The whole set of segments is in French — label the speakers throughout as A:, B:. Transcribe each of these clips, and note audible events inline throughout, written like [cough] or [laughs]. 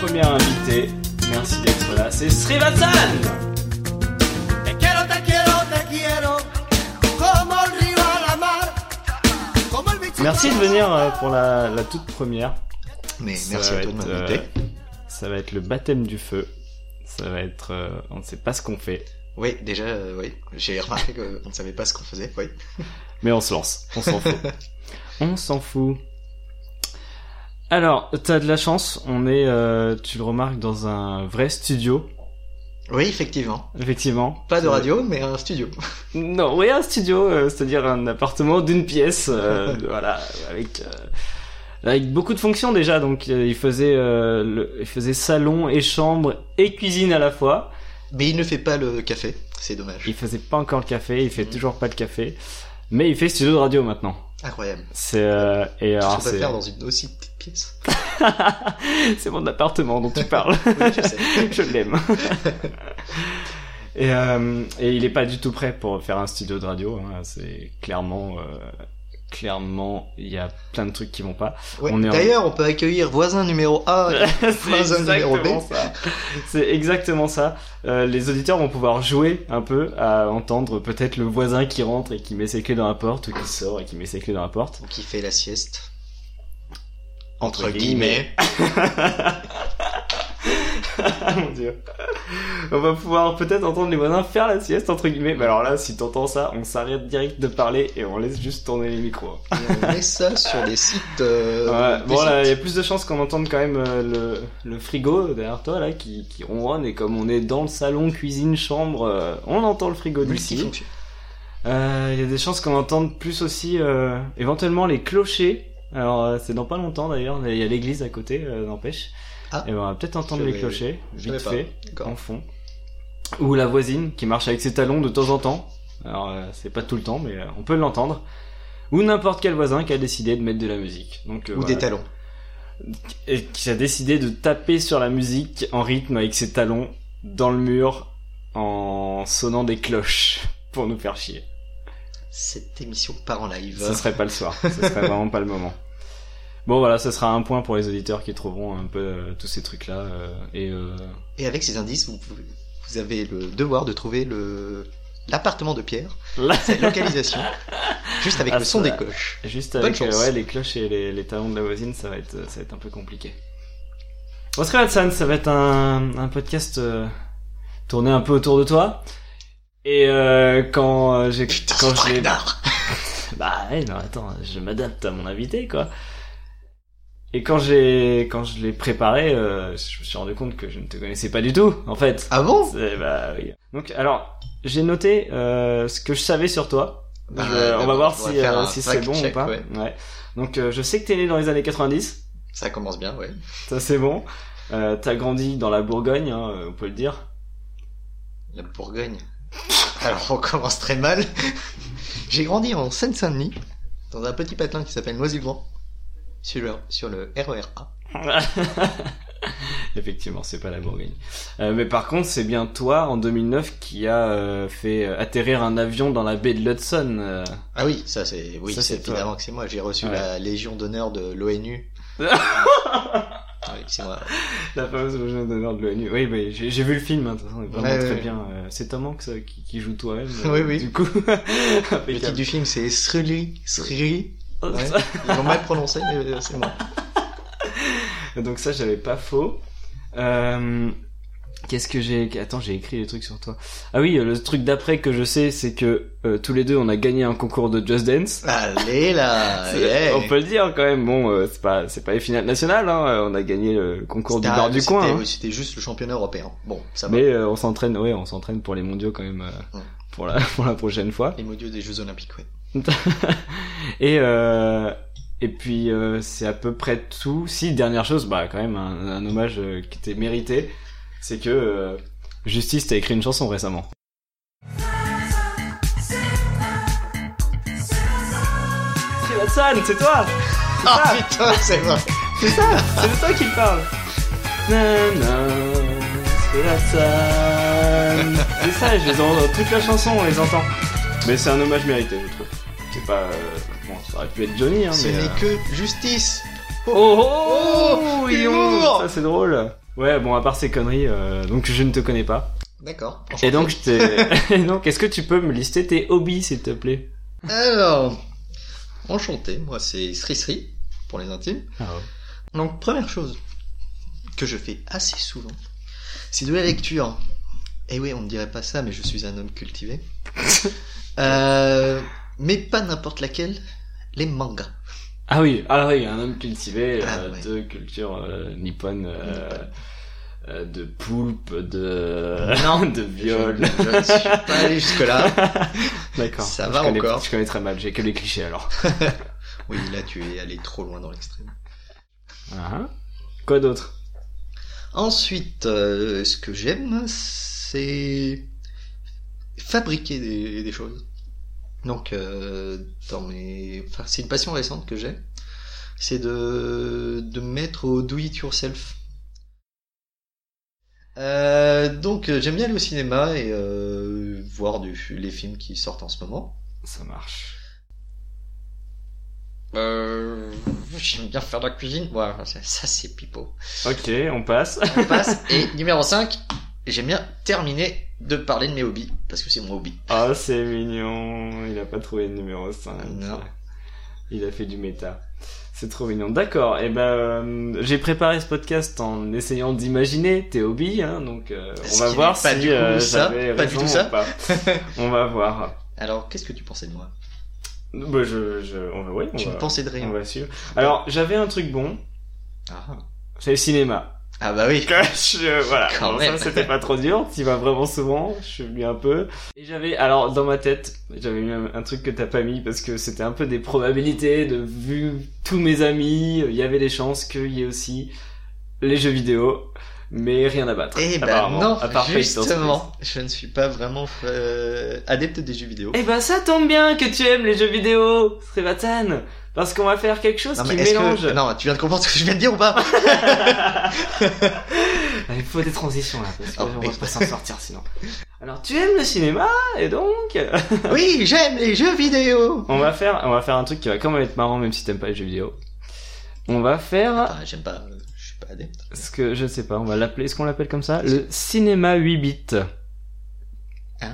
A: première invitée. Merci d'être là, c'est Srivatsan
B: Te quiero, te quiero, te quiero, como el río a la mar, como el bicho.
A: Merci de venir euh, pour la, la toute première.
C: Mais
A: Ça
C: merci
A: va
C: à toi de
A: être,
C: m'inviter.
A: euh, ça va être le baptême du feu. Ça va être. euh, on ne sait pas ce qu'on fait,
C: Oui, déjà, euh, oui. J'ai remarqué qu'on ne savait pas ce qu'on faisait. Oui.
A: mais on se lance. On s'en
C: [laughs]
A: fout. on s'en fout. Alors, t'as de la chance. On est, euh, tu le remarques, dans un vrai studio,
C: Oui, effectivement.
A: effectivement.
C: Pas de radio, mais un studio.
A: Non, oui, un studio, euh, c'est-à-dire un appartement d'une pièce, euh, voilà, avec euh, avec beaucoup de fonctions déjà. Donc, euh, il faisait euh, le- il faisait salon et chambre et cuisine à la fois.
C: Mais il ne fait pas le café. C'est dommage.
A: Il faisait pas encore le café, il fait
C: Mhm.
A: toujours pas le café, mais il fait studio de radio maintenant.
C: Incroyable.
A: C'est euh, et
C: Je
A: alors
C: trouve pas
A: c'est
C: faire dans une aussi petite pièce.
A: [laughs] c'est mon appartement dont tu parles.
C: Oui, je sais.
A: Je l'aime. et, euh, et il est pas du tout prêt pour faire un studio de radio. hein. C'est clairement, euh, clairement, il y a plein de trucs qui vont pas.
C: Ouais.
A: On est en-
C: D'ailleurs, on peut accueillir voisin numéro
A: [laughs]
C: A.
A: C'est
C: Voisin numéro
A: exactement
C: B.
A: ça. C'est exactement ça. Euh, les auditeurs vont pouvoir jouer un peu à entendre peut-être le voisin qui rentre et qui met ses clés dans la porte ou qui sort et qui met ses clés dans la porte.
C: Ou qui fait la sieste.
A: Entre
C: Entre guillemets.
A: Ah mon dieu. [laughs] On va pouvoir peut-être entendre les voisins faire la sieste entre guillemets. Mais alors là, si t'entends ça, on s'arrête direct de parler et on laisse juste tourner les micros.
C: Et on met ça sur les sites. euh,
A: Ouais,
C: des
A: bon là, il y
C: sites.
A: a plus de chances qu'on entende quand même euh, le, le frigo derrière toi là qui, qui ronronne et comme on est dans le salon, cuisine, chambre, euh, on entend le frigo d'ici.
C: Multifonction.
A: Euh, Il y a des chances qu'on entende plus aussi euh, éventuellement les clochers. Alors euh, c'est dans pas longtemps d'ailleurs, il y a l'église à côté, euh, n'empêche.
C: Ah.
A: et ben, on va peut-être entendre
C: Je
A: les
C: vais-
A: clochers,
C: je
A: vite
C: savais pas.
A: fait en
C: D'accord.
A: fond. Ou la voisine qui marche avec ses talons de temps en temps. Alors euh, c'est pas tout le temps, mais euh, on peut l'entendre. Ou n'importe quel voisin qui a décidé de mettre de la musique. Donc, euh,
C: Ou
A: voilà.
C: des talons.
A: Et qui a décidé de taper sur la musique en rythme avec ses talons dans le mur en sonnant des cloches pour nous faire chier.
C: Cette émission part en live.
A: Ce serait pas le soir, ce serait vraiment pas le moment. Bon voilà, ce sera un point pour les auditeurs qui trouveront un peu euh, tous ces trucs-là. euh, et euh,
C: Et avec ces indices, vous, pouvez- vous avez le devoir de trouver le l'appartement de Pierre,
A: là,
C: cette localisation, juste avec
A: Ah,
C: le son
A: ça-
C: des cloches.
A: Juste
C: Bonne
A: avec
C: chance.
A: euh, ouais, les cloches et les, les talons de la voisine, ça va être, euh, ça va être un peu compliqué. Oscar Hudson, ça va être un, un podcast euh, tourné un peu autour de toi. Et euh, quand euh, j'ai
C: Putain,
A: quand
C: ce
A: j'ai
C: bâtard
A: bah ouais, non attends, je m'adapte à mon invité quoi. Et quand j'ai quand je l'ai préparé, euh, je me suis rendu compte que je ne te connaissais pas du tout en fait.
C: Ah bon
A: C'est- bah oui. Donc alors j'ai noté euh, ce que je savais sur toi.
C: Bah,
A: Je- on va
C: d'abord,
A: voir
C: on va
A: si,
C: faire
A: euh,
C: un
A: si c'est
C: fact
A: bon
C: check,
A: ou pas.
C: ouais.
A: Ouais. Donc euh, je sais que t'es né dans les années 90,
C: Ça commence bien, ouais.
A: ça c'est bon. Euh, T'as grandi dans la Bourgogne, hein, euh, on peut le dire. [laughs]
C: La Bourgogne. Alors on commence très mal. J'ai grandi en Seine-Saint-Denis, dans un petit patelin qui s'appelle Noisy-le-Grand, sur le, sur le RER A.
A: Effectivement, c'est pas la Bourgogne. Euh, mais par contre, c'est bien toi en 2009 qui a euh, fait euh, atterrir un avion dans la baie de l'Hudson. euh.
C: Ah oui, ça c'est oui,
A: Ça,
C: c'est
A: c'est toi.
C: évidemment que c'est moi. J'ai reçu
A: Ouais.
C: la Légion d'honneur de
A: [laughs]
C: l'ONU. Ah oui, c'est moi.
A: La fameuse Légion d'honneur de l'ONU. Oui, mais j'ai j'ai vu le film, hein, de toute façon, il est vraiment
C: Ouais,
A: très
C: ouais.
A: bien. euh, c'est Tom Hanks euh, qui, qui joue toi-même. euh,
C: Oui, oui.
A: Du coup, [laughs]
C: Le titre du film c'est Srili, Srili.
A: Oh,
C: Ouais. Ils l'ont mal prononcé, mais euh, c'est moi.
A: Donc ça, j'avais pas faux. Euh, Qu'est-ce que j'ai Attends, j'ai écrit les trucs sur toi. Ah oui, euh, le truc d'après que je sais, c'est que euh, tous les deux, on a gagné un concours de Just Dance.
C: Allez là
A: C'est-
C: Ah, yeah.
A: On peut le dire quand même. Bon, euh, c'est pas, c'est pas les finales nationales. Hein. euh, On a gagné le concours du
C: C'était-
A: bar du
C: c'était-
A: coin. hein.
C: oui, C'était juste le championnat européen. Bon, ça va.
A: Mais euh, on s'entraîne. Ouais, on s'entraîne pour les mondiaux quand même. euh,
C: Ouais.
A: Pour la, [laughs] pour la prochaine fois.
C: Les modieux des Jeux Olympiques, ouais.
A: Et euh, et puis euh, c'est à peu près tout. Si dernière chose, bah quand même un, un hommage euh, qui était mérité, c'est que euh, Justice t'a écrit une chanson récemment. C'est Watson, c'est toi,
C: Ah putain, c'est vrai.
A: c'est ça, c'est de toi qu'il parle. Nan, nan, c'est Watson. C'est ça, je les entends toute la chanson, on les entend. Mais c'est un hommage mérité, je trouve. C'est pas euh, bon, ça aurait pu être Johnny, hein.
C: Ce
A: mais, euh,
C: n'est que justice.
A: Oh, oh,
C: Oh,
A: oui, on-
C: humour
A: Ça c'est drôle. Ouais, bon, à part ces conneries, euh, donc je ne te connais pas.
C: D'accord.
A: Et donc, je [laughs] t'ai- Et donc, est-ce que tu peux me lister tes hobbies, s'il te plaît
C: Alors, enchanté, moi c'est Sri Sri, pour les intimes.
A: Ah
C: Donc, première chose que je fais assez souvent, c'est de la lecture. Et oui, on ne dirait pas ça, mais je suis un homme cultivé. Euh, mais pas n'importe laquelle, les mangas.
A: Ah oui, ah oui, un homme cultivé
C: Ah
A: euh,
C: ouais.
A: de culture euh, nippone, euh, euh, de poulpe, de [laughs]
C: Non.
A: de viol.
C: Je, je ne suis pas allé jusque-là.
A: D'accord.
C: Ça
A: Je
C: va
A: connais-
C: encore.
A: Je connais très mal. J'ai que les clichés alors.
C: Oui, là tu es allé trop loin dans l'extrême.
A: Ah, hein. Quoi d'autre
C: Ensuite, euh, ce que j'aime, c'est fabriquer des, des choses. Donc, euh, dans mes... enfin, c'est une passion récente que j'ai. C'est de, de me mettre au do it yourself. Euh, donc, euh, j'aime bien aller au cinéma et euh, voir du- les films qui sortent en ce moment.
A: Ça marche.
C: Euh, j'aime bien faire de la cuisine. Ouais, ça, ça, c'est pipeau.
A: Ok, on passe.
C: On passe. Et numéro 5, j'aime bien terminer de parler de mes hobbies, parce que c'est mon hobby.
A: Oh, c'est mignon. Il a pas trouvé le numéro 5.
C: Non.
A: Il a fait du méta. C'est trop mignon. D'accord. Et ben, euh, j'ai préparé ce podcast en essayant d'imaginer tes hobbies. hein, donc, euh, on
C: Ce
A: va
C: qui
A: voir
C: n'est pas
A: si
C: du tout
A: euh,
C: ça,
A: j'avais
C: pas du
A: raison
C: tout ça.
A: ou
C: [laughs]
A: pas. on va voir.
C: Alors, qu'est-ce que tu pensais de moi
A: Bah, je, je, on va, oui, on
C: Tu
A: va,
C: ne pensais de
A: on
C: rien.
A: va suivre. Alors, j'avais un truc bon.
C: Ah.
A: C'est le cinéma.
C: Ah bah oui.
A: Que je- euh, voilà.
C: Quand
A: Bon,
C: même.
A: ça, c'était pas trop dur. Tu vas vraiment souvent. Je suis venu un peu. Et j'avais, alors, dans ma tête, j'avais mis un, un truc que t'as pas mis parce que c'était un peu des probabilités de vu tous mes amis, euh, il y avait des chances qu'il y ait aussi les jeux vidéo, mais rien à battre.
C: Eh bah
A: apparemment,
C: non,
A: à part Face Dance.
C: justement, je ne suis pas vraiment euh, adepte des jeux vidéo.
A: Eh ben, ça tombe bien que tu aimes les jeux vidéo, Srivatan. Parce qu'on va faire quelque chose
C: Non,
A: qui
C: mais est-ce
A: mélange.
C: que... non, tu viens de comprendre ce que je viens de dire ou pas
A: Ah, [laughs] Il faut des transitions là, parce
C: Oh,
A: qu'on va
C: merde.
A: pas s'en sortir sinon. Alors tu aimes le cinéma et donc
C: Oui, j'aime les jeux vidéo.
A: on va faire on va faire un truc qui va quand même être marrant même si t'aimes pas les jeux vidéo. On va faire
C: Enfin, j'aime pas, euh, je suis pas adepte.
A: ce que je sais pas, on va l'appeler est-ce qu'on l'appelle comme ça le cinéma 8 bits.
C: Hein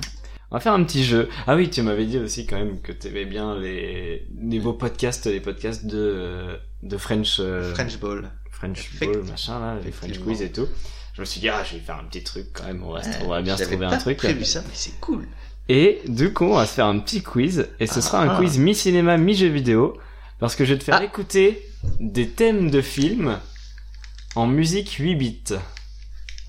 A: on va faire un petit jeu. Ah oui, tu m'avais dit aussi quand même que t'aimais bien les niveau podcasts, les podcasts de euh, de French euh,
C: French Ball.
A: French
C: Effect-
A: Ball, machin là, les French
C: Effectivement.
A: Quiz et tout. Je me suis dit ah je vais faire un petit truc quand même, on va, se- on va bien se
C: J'avais
A: trouver
C: Euh, pas
A: un truc. hein.
C: prévu ça, mais c'est cool.
A: Et du coup, on va se faire un petit quiz. Et ce sera un
C: Ah.
A: quiz mi-cinéma, mi-jeu vidéo. Parce que je vais te faire
C: Ah.
A: écouter des thèmes de films en musique 8 bits.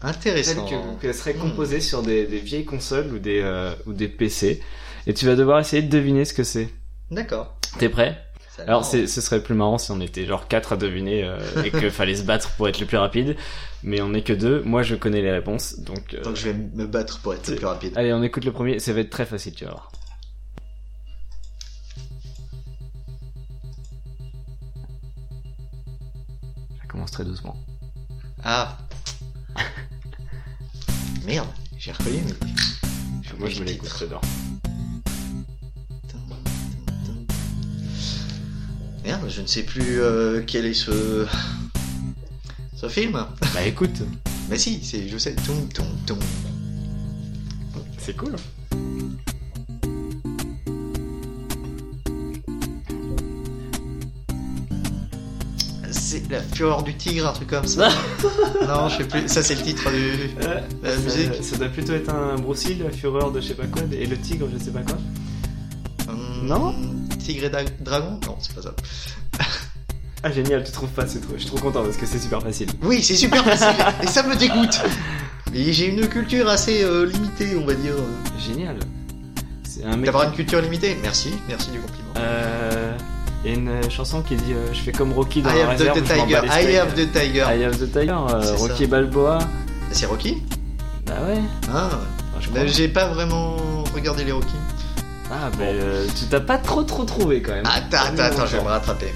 C: Intéressant.
A: que serait
C: composé
A: sur des, vieilles consoles ou des, euh, ou des PC. Et tu vas devoir essayer de deviner ce que c'est.
C: D'accord.
A: T'es prêt
C: Ça a
A: Alors,
C: l'air-
A: c'est- ce serait plus marrant si on était genre 4 à deviner euh, et [laughs] que fallait se battre pour être le plus rapide. Mais on est que deux. Moi, je connais les réponses. Donc, euh,
C: Donc je vais me battre pour être le plus rapide.
A: allez, on écoute le premier. Ça va être très facile, tu vas voir. Ça commence très doucement.
C: Ah. Merde, j'ai reconnu, mais...
A: Moi, je me
C: le
A: l'écoute,
C: titre.
A: j'adore.
C: Merde, je ne sais plus euh, quel est ce... Ce film.
A: Bah écoute,
C: Mais si, c'est... Je sais. Toum, toum, toum.
A: c'est cool.
C: C'est la fureur du tigre, un truc comme ça.
A: [laughs]
C: non, je sais plus. Ça, c'est le titre du... La musique.
A: Euh, Ça doit plutôt être un Broussil, la fureur de je sais pas quoi, et le tigre, je sais pas quoi.
C: Hum,
A: Non
C: Tigre et da- dragon Non, c'est pas ça.
A: Ah génial, tu trouves pas, c'est trop. Je suis trop content parce que c'est super facile.
C: Oui, c'est super facile. et ça me dégoûte. Et j'ai une culture assez euh, limitée, on va dire.
A: Génial. C'est un mec.
C: D'avoir une culture limitée. Merci, merci du compliment.
A: Euh. Il y a une chanson qui dit euh, Je fais comme Rocky dans
C: I
A: la
C: have
A: réserve.
C: the,
A: je m'en
C: tiger.
A: bats les
C: I
A: steaks.
C: have the tiger.
A: I Am the Tiger, euh,
C: C'est
A: Rocky
C: ça.
A: Balboa.
C: C'est Rocky
A: Bah ouais.
C: Ah,
A: Enfin, je
C: bah,
A: crois.
C: j'ai pas vraiment regardé les Rocky.
A: Ah, mais euh, tu t'as pas trop trop trouvé quand même.
C: Attends, attends, attends, je vais me rattraper.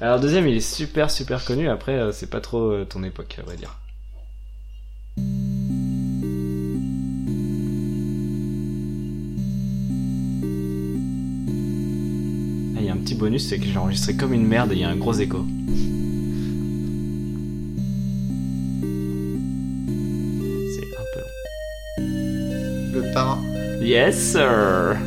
A: Alors deuxième, il est super super connu. Après, euh, c'est pas trop euh, ton époque, à vrai dire. Ah, il y a un petit bonus, c'est que j'ai enregistré comme une merde et il y a un gros écho. Yes, sir.
C: Ah,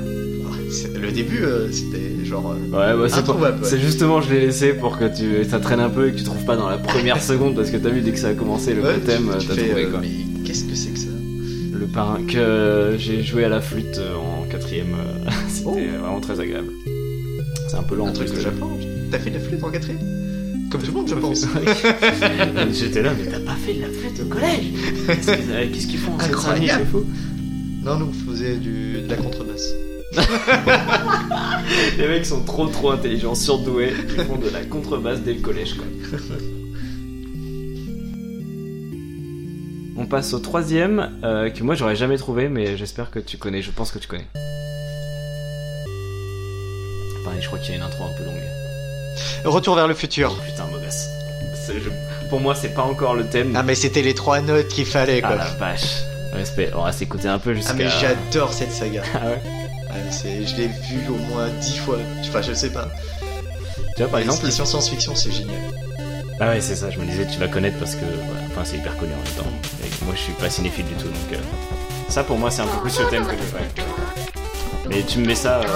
C: C'est- Le début, euh, c'était genre. euh,
A: Ouais, bah, c'est pour-
C: Introuvable, ouais.
A: c'est justement, je l'ai laissé pour que tu, ça traîne un peu et que tu trouves pas dans la première seconde parce que t'as vu dès que ça a commencé le
C: ouais,
A: thème,
C: tu- tu
A: t'as
C: fais,
A: trouvé
C: euh,
A: quoi.
C: Mais qu'est-ce que c'est que ça
A: Le parrain que euh, j'ai joué à la flûte euh, en quatrième, euh, [laughs] c'était
C: Oh.
A: vraiment très agréable. C'est un peu lent
C: Un truc
A: mais
C: de
A: c'est-
C: Japon T'as fait de la flûte en quatrième Comme tout le
A: [laughs]
C: monde, je pense.
A: J'étais là, mais t'as pas fait de la flûte au collège Qu'est-ce qu'ils font en
C: Incroyable.
A: c'est fou
C: [laughs] Non, nous, on faisait du... de la contrebasse.
A: Les mecs sont trop trop intelligents, surdoués, ils font de la contrebasse dès le collège quoi. On passe au troisième, euh, que moi j'aurais jamais trouvé, mais j'espère que tu connais, je pense que tu connais. Pareil, je crois qu'il y a une intro un peu longue.
C: Retour vers le futur.
A: Oh putain, mauvaise. C'est- je- Pour moi, c'est pas encore le thème.
C: Ah, mais c'était les trois notes qu'il fallait,
A: Ah
C: quoi.
A: la vache. Respect, on va s'écouter un peu jusqu'à.
C: Ah, mais j'adore cette saga.
A: [laughs] Ah ouais.
C: Ah, mais c'est- je l'ai vu au moins dix fois. Enfin, je sais pas.
A: Tu vois, par
C: Les
A: exemple.
C: les sciences science-fiction, c'est génial. [laughs]
A: Ah ouais, c'est ça, je me disais, tu vas connaître parce que. voilà, Enfin, c'est hyper connu en même temps. Et moi, je suis pas cinéphile du tout, donc. euh, Ça, pour moi, c'est un peu plus le thème que je fais. Mais tu me mets ça. Euh...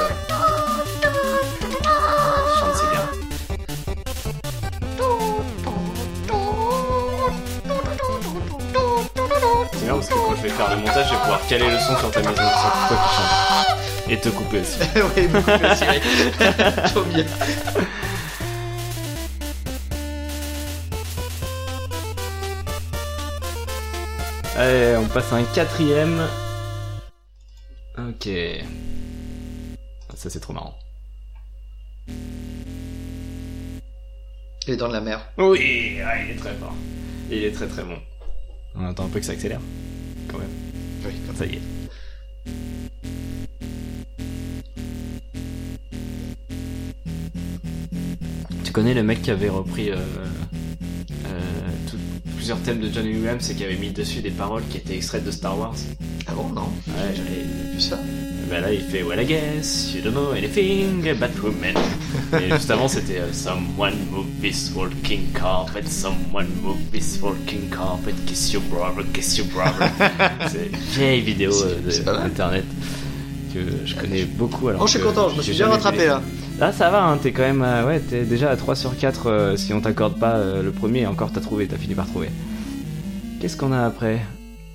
A: je chante, c'est bien. C'est bien parce que quand je vais faire le montage, je vais pouvoir caler le son sur ta maison. C'est toi qui chantes. Et te couper aussi.
C: ouais, beaucoup plus, ouais. [laughs] Trop bien.
A: Allez, on passe à un quatrième. Ok. Ah, Ça, c'est trop marrant.
C: Il est dans la mer.
A: Oui, ouais, il est très fort. Il est très très bon. On attend un peu que ça accélère. Quand même,
C: Oui, comme
A: ça y est. Tu connais le mec qui avait repris euh, euh, tout- plusieurs thèmes de Johnny Williams et qui avait mis dessus des paroles qui étaient extraites de Star Wars
C: Ah bon, non
A: Ouais, j'avais
C: J'ai vu ça.
A: bah là, il fait Well, I guess you don't know anything about women. Et juste avant, c'était euh, Someone move this walking carpet, someone move this walking carpet, kiss your brother, kiss your
C: [laughs]
A: brother. C'est une vieille vidéo
C: C'est-
A: euh, de-
C: c'est pas mal.
A: d'internet que je connais beaucoup. Alors
C: Oh, je suis
A: que
C: content, je me
A: j'ai
C: suis bien
A: jamais vu
C: rattrapé
A: les-
C: là.
A: Là, ça va, hein, t'es quand même euh, ouais, t'es déjà à 3 sur 4 euh, si on t'accorde pas euh, le premier, encore t'as trouvé, t'as fini par trouver. Qu'est-ce qu'on a après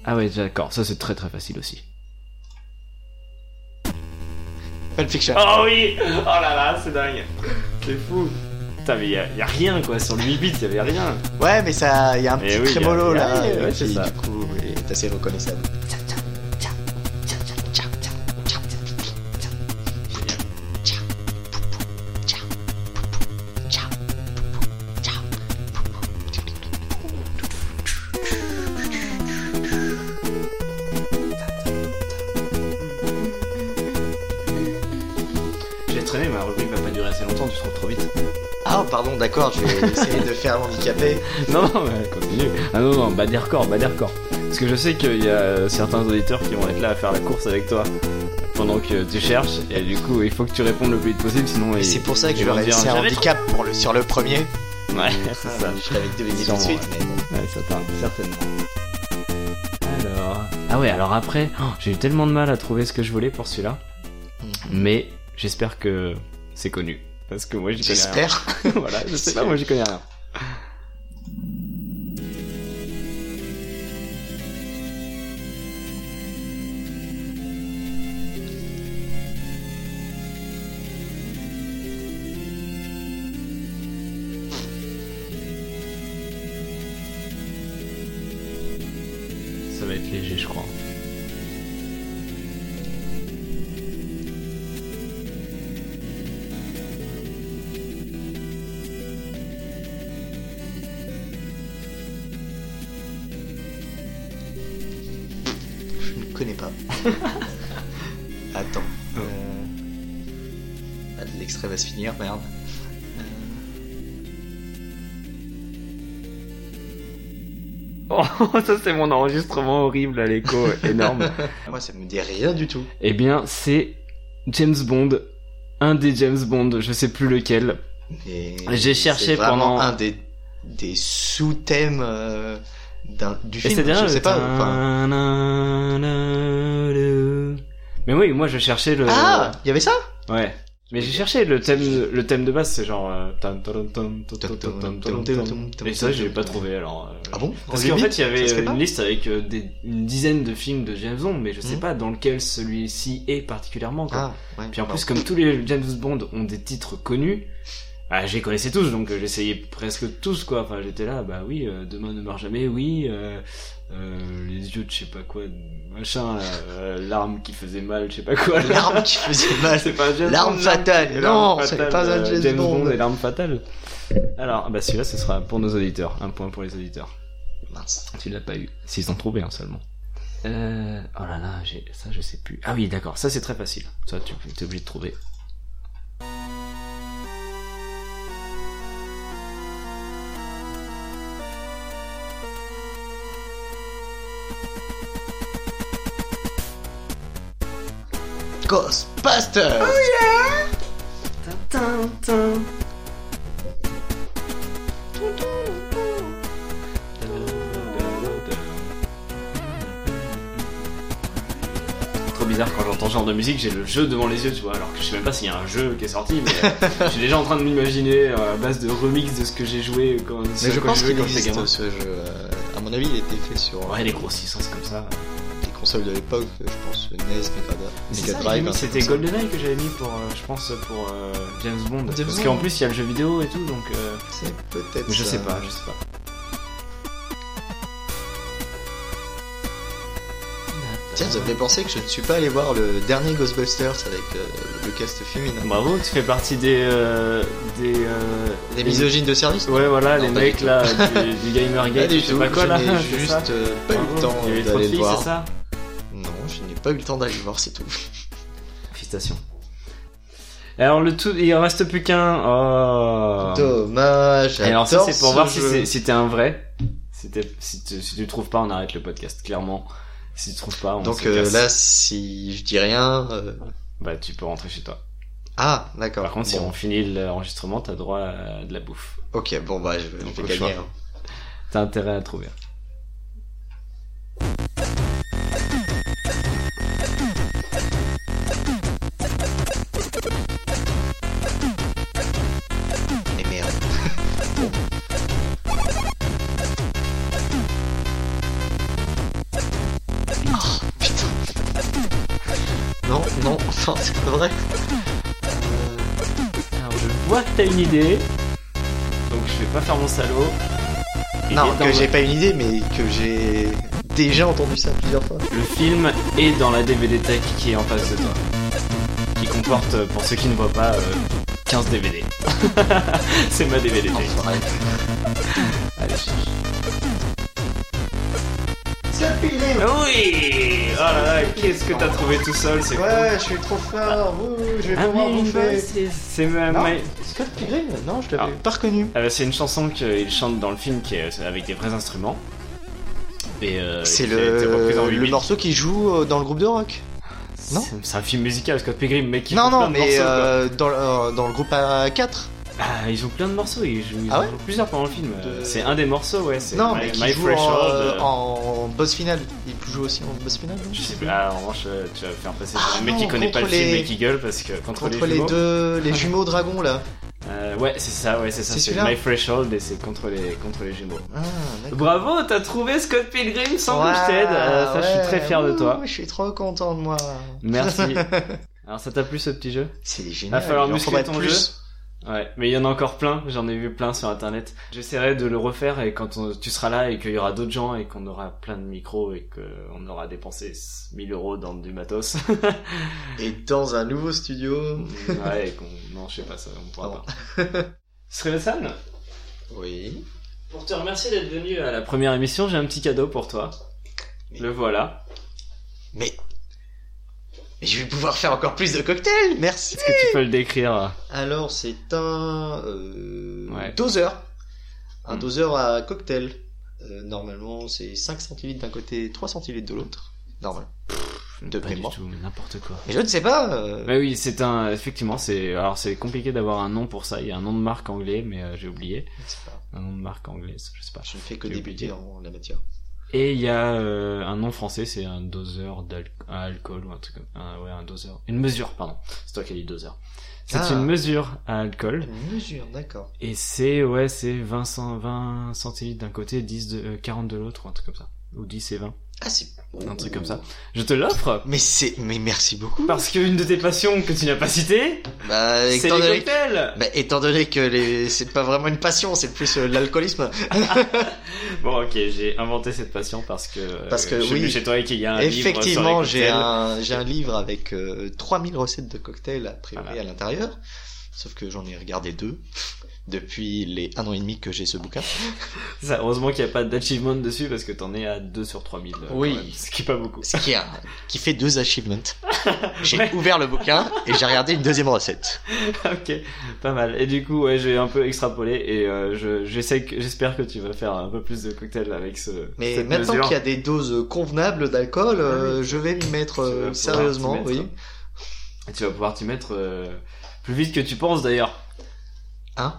A: Ah ouais, d'accord, ça c'est très très facile aussi.
C: Pulp Fiction.
A: Oh oui Oh là là, c'est dingue C'est fou Putain, mais y'a y a rien quoi, sur le 8 bits, y'avait rien
C: Ouais, mais ça, Ah. il y a un
A: Eh
C: petit
A: oui,
C: trémolo
A: y a-
C: là,
A: ouais,
C: euh,
A: ouais,
C: qui,
A: c'est ça.
C: du coup est assez reconnaissable.
A: J'ai traîné, ma rubrique va pas durer assez longtemps, tu trouves trop vite. [laughs]
C: Ah, pardon, d'accord, je vais essayer de faire [laughs] handicapé.
A: Non, non, mais continue. Ah non, non, bat des records, bat des records. Parce que je sais qu'il y a certains auditeurs qui vont être là à faire la course avec toi pendant que tu cherches, et du coup, il faut que tu répondes le plus vite possible, sinon...
C: Et
A: ils-
C: c'est pour ça que
A: ils
C: je vais
A: vont dire,
C: réussir
A: J'avais
C: handicap pour le, sur le premier.
A: trop- Ouais, [laughs] c'est ça.
C: Je l'avais deviné tout de
A: Sûrement,
C: suite, mais bon.
A: Ouais, ça parle, certainement. Alors. Ah ouais, alors après, oh, j'ai eu tellement de mal à trouver ce que je voulais pour celui-là. Hmm. Mais j'espère que c'est connu. Parce que moi j'y connais rien.
C: J'espère.
A: [laughs] voilà, je sais pas, moi j'y connais rien. Ça va être léger, je crois.
C: Je ne
A: [laughs]
C: connais pas. Attends. euh, ah, L'extrait va se finir, merde.
A: Oh, [laughs] ça c'est mon enregistrement horrible à l'écho euh, énorme.
C: Moi, ça me dit rien du tout.
A: Eh bien, c'est James Bond. Un des James Bond, je sais plus lequel.
C: Mais
A: J'ai cherché
C: c'est vraiment
A: pendant-
C: un des, des sous-thèmes euh, d'un- du
A: Et euh,
C: film. Je sais pas. enfin,
A: Mais oui, moi je cherchais le.
C: Ah, il y avait ça
A: Ouais. Mais j'ai cherché le thème, le thème de base, c'est genre. euh, tan, tan, tan, tan, tan, tan, tan, tan, tan. Mais ça, j'ai pas trouvé alors. euh,
C: Ah bon
A: Parce
C: En
A: qu'en
C: rugby
A: fait, il y
C: Ça
A: avait
C: se fait
A: euh,
C: pas
A: une liste avec euh, des- une dizaine de films de James Bond, mais je sais
C: Mhm.
A: pas dans lequel celui-ci est particulièrement. Quoi.
C: Ah, ouais.
A: Puis en plus, comme tous les James Bond ont des titres connus, ah, je les connaissais tous, donc euh, j'essayais presque tous, quoi. Enfin, j'étais là, bah oui, euh, Demain ne meurt jamais, oui, euh, euh, les yeux de je sais pas quoi, de machin, là, euh, l'arme qui faisait mal, je sais pas
C: [laughs]
A: quoi. là. [laughs]
C: L'arme qui faisait mal.
A: C'est pas un James
C: L'arme
A: Bond,
C: fatale. Non,
A: L'arme
C: c'est
A: fatale,
C: pas un
A: euh,
C: James Bond.
A: et l'arme fatale. Alors, bah celui-là, ce sera pour nos auditeurs. Un point pour les auditeurs.
C: Mince.
A: Tu l'as pas eu. S'ils ont trouvé, hein, seulement. Euh... Oh là là, j'ai... ça je sais plus. Ah oui, d'accord, ça c'est très facile. Ça, tu es obligé de trouver.
C: Ghostbusters
A: Ah Trop bizarre quand j'entends ce genre de musique, j'ai le jeu devant les yeux, tu vois. Alors que je sais même pas s'il y a un jeu qui est sorti, mais euh, je suis déjà en train de m'imaginer euh, à base de remix de ce que j'ai joué quand, ce
C: Mais je
A: à quoi
C: pense
A: j'ai joué
C: qu'il
A: quand j'étais
C: existe
A: gamin.
C: ce jeu. euh, À mon avis, il était fait sur
A: Ouais, les grossissances comme ça.
C: les consoles de l'époque, je pense le NES, Mega Drive-
A: Mais c'est
C: Mega
A: ça, j'ai
C: Drive.
A: mis,
C: un truc
A: C'était
C: comme ça.
A: GoldenEye que j'avais mis pour, euh, je pense, pour euh, James Bond.
C: James
A: Parce
C: Bond.
A: qu'en plus, il y a le jeu vidéo et tout, donc. euh,
C: C'est peut-être.
A: mais je
C: ça.
A: sais pas, je sais pas.
C: Tiens, ça me fait penser que je ne suis pas allé voir le dernier Ghostbusters avec euh, le cast féminin.
A: Bravo, tu fais partie des. euh, des. euh,
C: Des misogynes de service
A: Ouais, voilà,
C: Non,
A: les
C: pas
A: mecs
C: du tout.
A: là, du, du gamer
C: Pas
A: gate,
C: du
A: je sais
C: tout,
A: pas quoi là.
C: je
A: hein, c'est
C: n'ai
A: ça
C: juste euh, pas eu
A: Bravo,
C: le temps
A: il y avait trop de
C: d'aller le
A: filles,
C: voir.
A: c'est ça
C: Non, je n'ai pas eu le temps d'aller le voir, c'est tout.
A: Félicitations. Alors le tout, il en reste plus qu'un. Oh.
C: Dommage.
A: Et alors ça
C: j'adore
A: c'est pour
C: ce
A: voir si
C: jeu.
A: c'est- si t'es un vrai. Si, t'es- si, tu, si tu le trouves pas, on arrête le podcast. Clairement, si tu trouves pas, on
C: Donc
A: se
C: euh,
A: casse.
C: là, si je dis rien. euh,
A: bah tu peux rentrer chez toi.
C: Ah, d'accord.
A: Par contre, si
C: Bon,
A: on finit l'enregistrement, t'as droit à de la bouffe.
C: Ok, bon bah je vais
A: Donc,
C: je vais
A: le
C: gagner.
A: choix.
C: hein.
A: T'as intérêt à trouver.
C: Mais merde. Oh, putain. Non, non, non, c'est pas vrai.
A: Alors je vois que t'as une idée, donc je vais pas faire mon salaud. Il est
C: Non,
A: dans
C: que
A: le-
C: j'ai pas une idée, mais que j'ai déjà entendu ça plusieurs fois.
A: Le film est dans la DVD Tech qui est en face de toi. Qui comporte, euh, pour ceux qui ne voient pas, euh, 15 DVD. [laughs] C'est ma DVD Tech.
C: Enfoiré.
A: Allez, cherche. Oui Oh là là, qu'est-ce que t'as trouvé tout seul, c'est
C: Ouais, je suis trop fort. Ouh, je vais
A: cool.
C: pouvoir bouffer.
A: Ah C'est ma...
C: Non.
A: ma-
C: Ah Scott Pilgrim Non, je
A: l'avais
C: l'avais pas reconnu.
A: Ah bah, c'est une chanson qu'il chante dans le film qui est euh, avec des vrais instruments. Et euh,
C: C'est
A: qui a été reprise en
C: le,
A: 8
C: le
A: bits.
C: morceau qui joue euh, dans le groupe de rock. non
A: C'est- C'est un film musical, Scott Pilgrim, mec. il
C: non,
A: fait plein
C: non,
A: de
C: mais
A: morceaux, quoi.
C: euh, dans, le- euh, dans le groupe A4.
A: Ah, ils ont plein de morceaux, ils, jouent, ils
C: Ah
A: en
C: ouais
A: jouent plusieurs pendant le film. Euh,
C: De-
A: C'est un des morceaux, ouais, c'est
C: Non,
A: My,
C: mais qui
A: My
C: joue en,
A: Pressure.
C: euh,
A: de-
C: en boss final. Il joue aussi en boss final. non
A: Je sais pas, ah, en revanche, euh, tu vas faire passer
C: Ah
A: pour le mec
C: non,
A: qui connaît pas le
C: contre
A: film
C: les-
A: et qui gueule parce que contre,
C: Contre les,
A: jumeaux.
C: deux, les jumeaux dragons là.
A: Euh, ouais, c'est ça, ouais, c'est ça,
C: C'est
A: c'est
C: celui-là
A: My Threshold et c'est contre les, contre les jumeaux.
C: Ah, d'accord.
A: Bravo, t'as trouvé Scott Pilgrim sans que je
C: Ouais,
A: t'aide, euh, ça je suis
C: ouais,
A: très fier de
C: ouh,
A: toi.
C: Je suis trop content de moi. [laughs]
A: Merci. Alors ça t'a plu ce petit jeu
C: C'est
A: Va
C: génial.
A: falloir
C: il en
A: muscler
C: faudrait
A: ton
C: plus.
A: jeu. Ouais, mais il y en a encore plein, j'en ai vu plein sur internet. J'essaierai de le refaire et quand on- tu seras là et qu'il y aura d'autres gens et qu'on aura plein de micros et qu'on aura dépensé 1000 euros dans du matos. [laughs]
C: Et dans un nouveau studio.
A: ouais, et qu'on... Non, je sais pas, ça, on pourra
C: Pardon.
A: pas. Srevesan,
C: Oui.
A: pour te remercier d'être venu à la première émission, j'ai un petit cadeau pour toi. Le voilà.
C: Mais. Mais je vais pouvoir faire encore plus de cocktails. Merci.
A: Est-ce que tu peux le décrire
C: Alors, c'est un euh,
A: Ouais.
C: dozer. Un
A: Hmm.
C: dozer à cocktail. Euh, normalement, c'est 5 centilitres d'un côté, 3 centilitres de l'autre. Normal. De
A: Pas du
C: mémoire.
A: tout, mais n'importe quoi.
C: Mais je ne sais pas. euh,
A: Bah oui, c'est un... Effectivement, c'est... Alors c'est compliqué d'avoir un nom pour ça, il y a un nom de marque anglais, mais euh, j'ai oublié.
C: je ne sais pas. Ah,
A: Un nom de marque anglais, je sais pas.
C: Je ne fais que
A: J'ai
C: débuter en la matière.
A: Et il y a euh, un nom français, c'est un doseur d'alcool ou un truc comme un- ouais, un doseur. Une mesure, pardon. C'est toi qui as dit doseur. C'est
C: Ah.
A: une mesure à alcool.
C: Une mesure, d'accord.
A: Et c'est, ouais, c'est 20, cent- 20 centilitres d'un côté, 10 de, euh, 40 de l'autre, ou un truc comme ça. Ou 10 et 20,
C: Ah, c'est.
A: un truc comme ça. Je te l'offre
C: Mais c'est. Mais merci beaucoup.
A: parce qu'une de tes passions que tu n'as pas citée,
C: Bah,
A: c'est les
C: étant donné.
A: cocktails
C: Bah, étant donné que les... c'est pas vraiment une passion, c'est plus euh, l'alcoolisme.
A: Bon, ok, j'ai inventé cette passion parce que, euh,
C: Parce que,
A: je suis
C: oui.
A: venu chez toi et qu'il y a un livre sur les
C: Effectivement, j'ai
A: cocktails.
C: un, j'ai un livre avec euh, 3000 recettes de cocktails a priori
A: Voilà.
C: à l'intérieur. Sauf que j'en ai regardé deux depuis les un an et demi que j'ai ce bouquin.
A: Ça, heureusement qu'il n'y a pas d'achievement dessus parce que t'en es à 2 sur 3000. euh,
C: Oui.
A: quand même, ce qui est pas beaucoup.
C: Ce qui, est un- qui fait deux achievements. J'ai ouvert le bouquin et j'ai regardé une deuxième recette.
A: [laughs] ok, pas mal. Et du coup, ouais, j'ai un peu extrapolé et euh, je- j'essaie que- j'espère que tu vas faire un peu plus de cocktails avec ce.
C: Mais
A: cette
C: maintenant
A: mesure.
C: qu'il y a des doses convenables d'alcool, euh, je vais m'y mettre
A: Tu vas
C: euh,
A: pouvoir
C: sérieusement,
A: t'y mettre.
C: oui.
A: Et tu vas pouvoir t'y mettre euh, plus vite que tu penses d'ailleurs.
C: Hein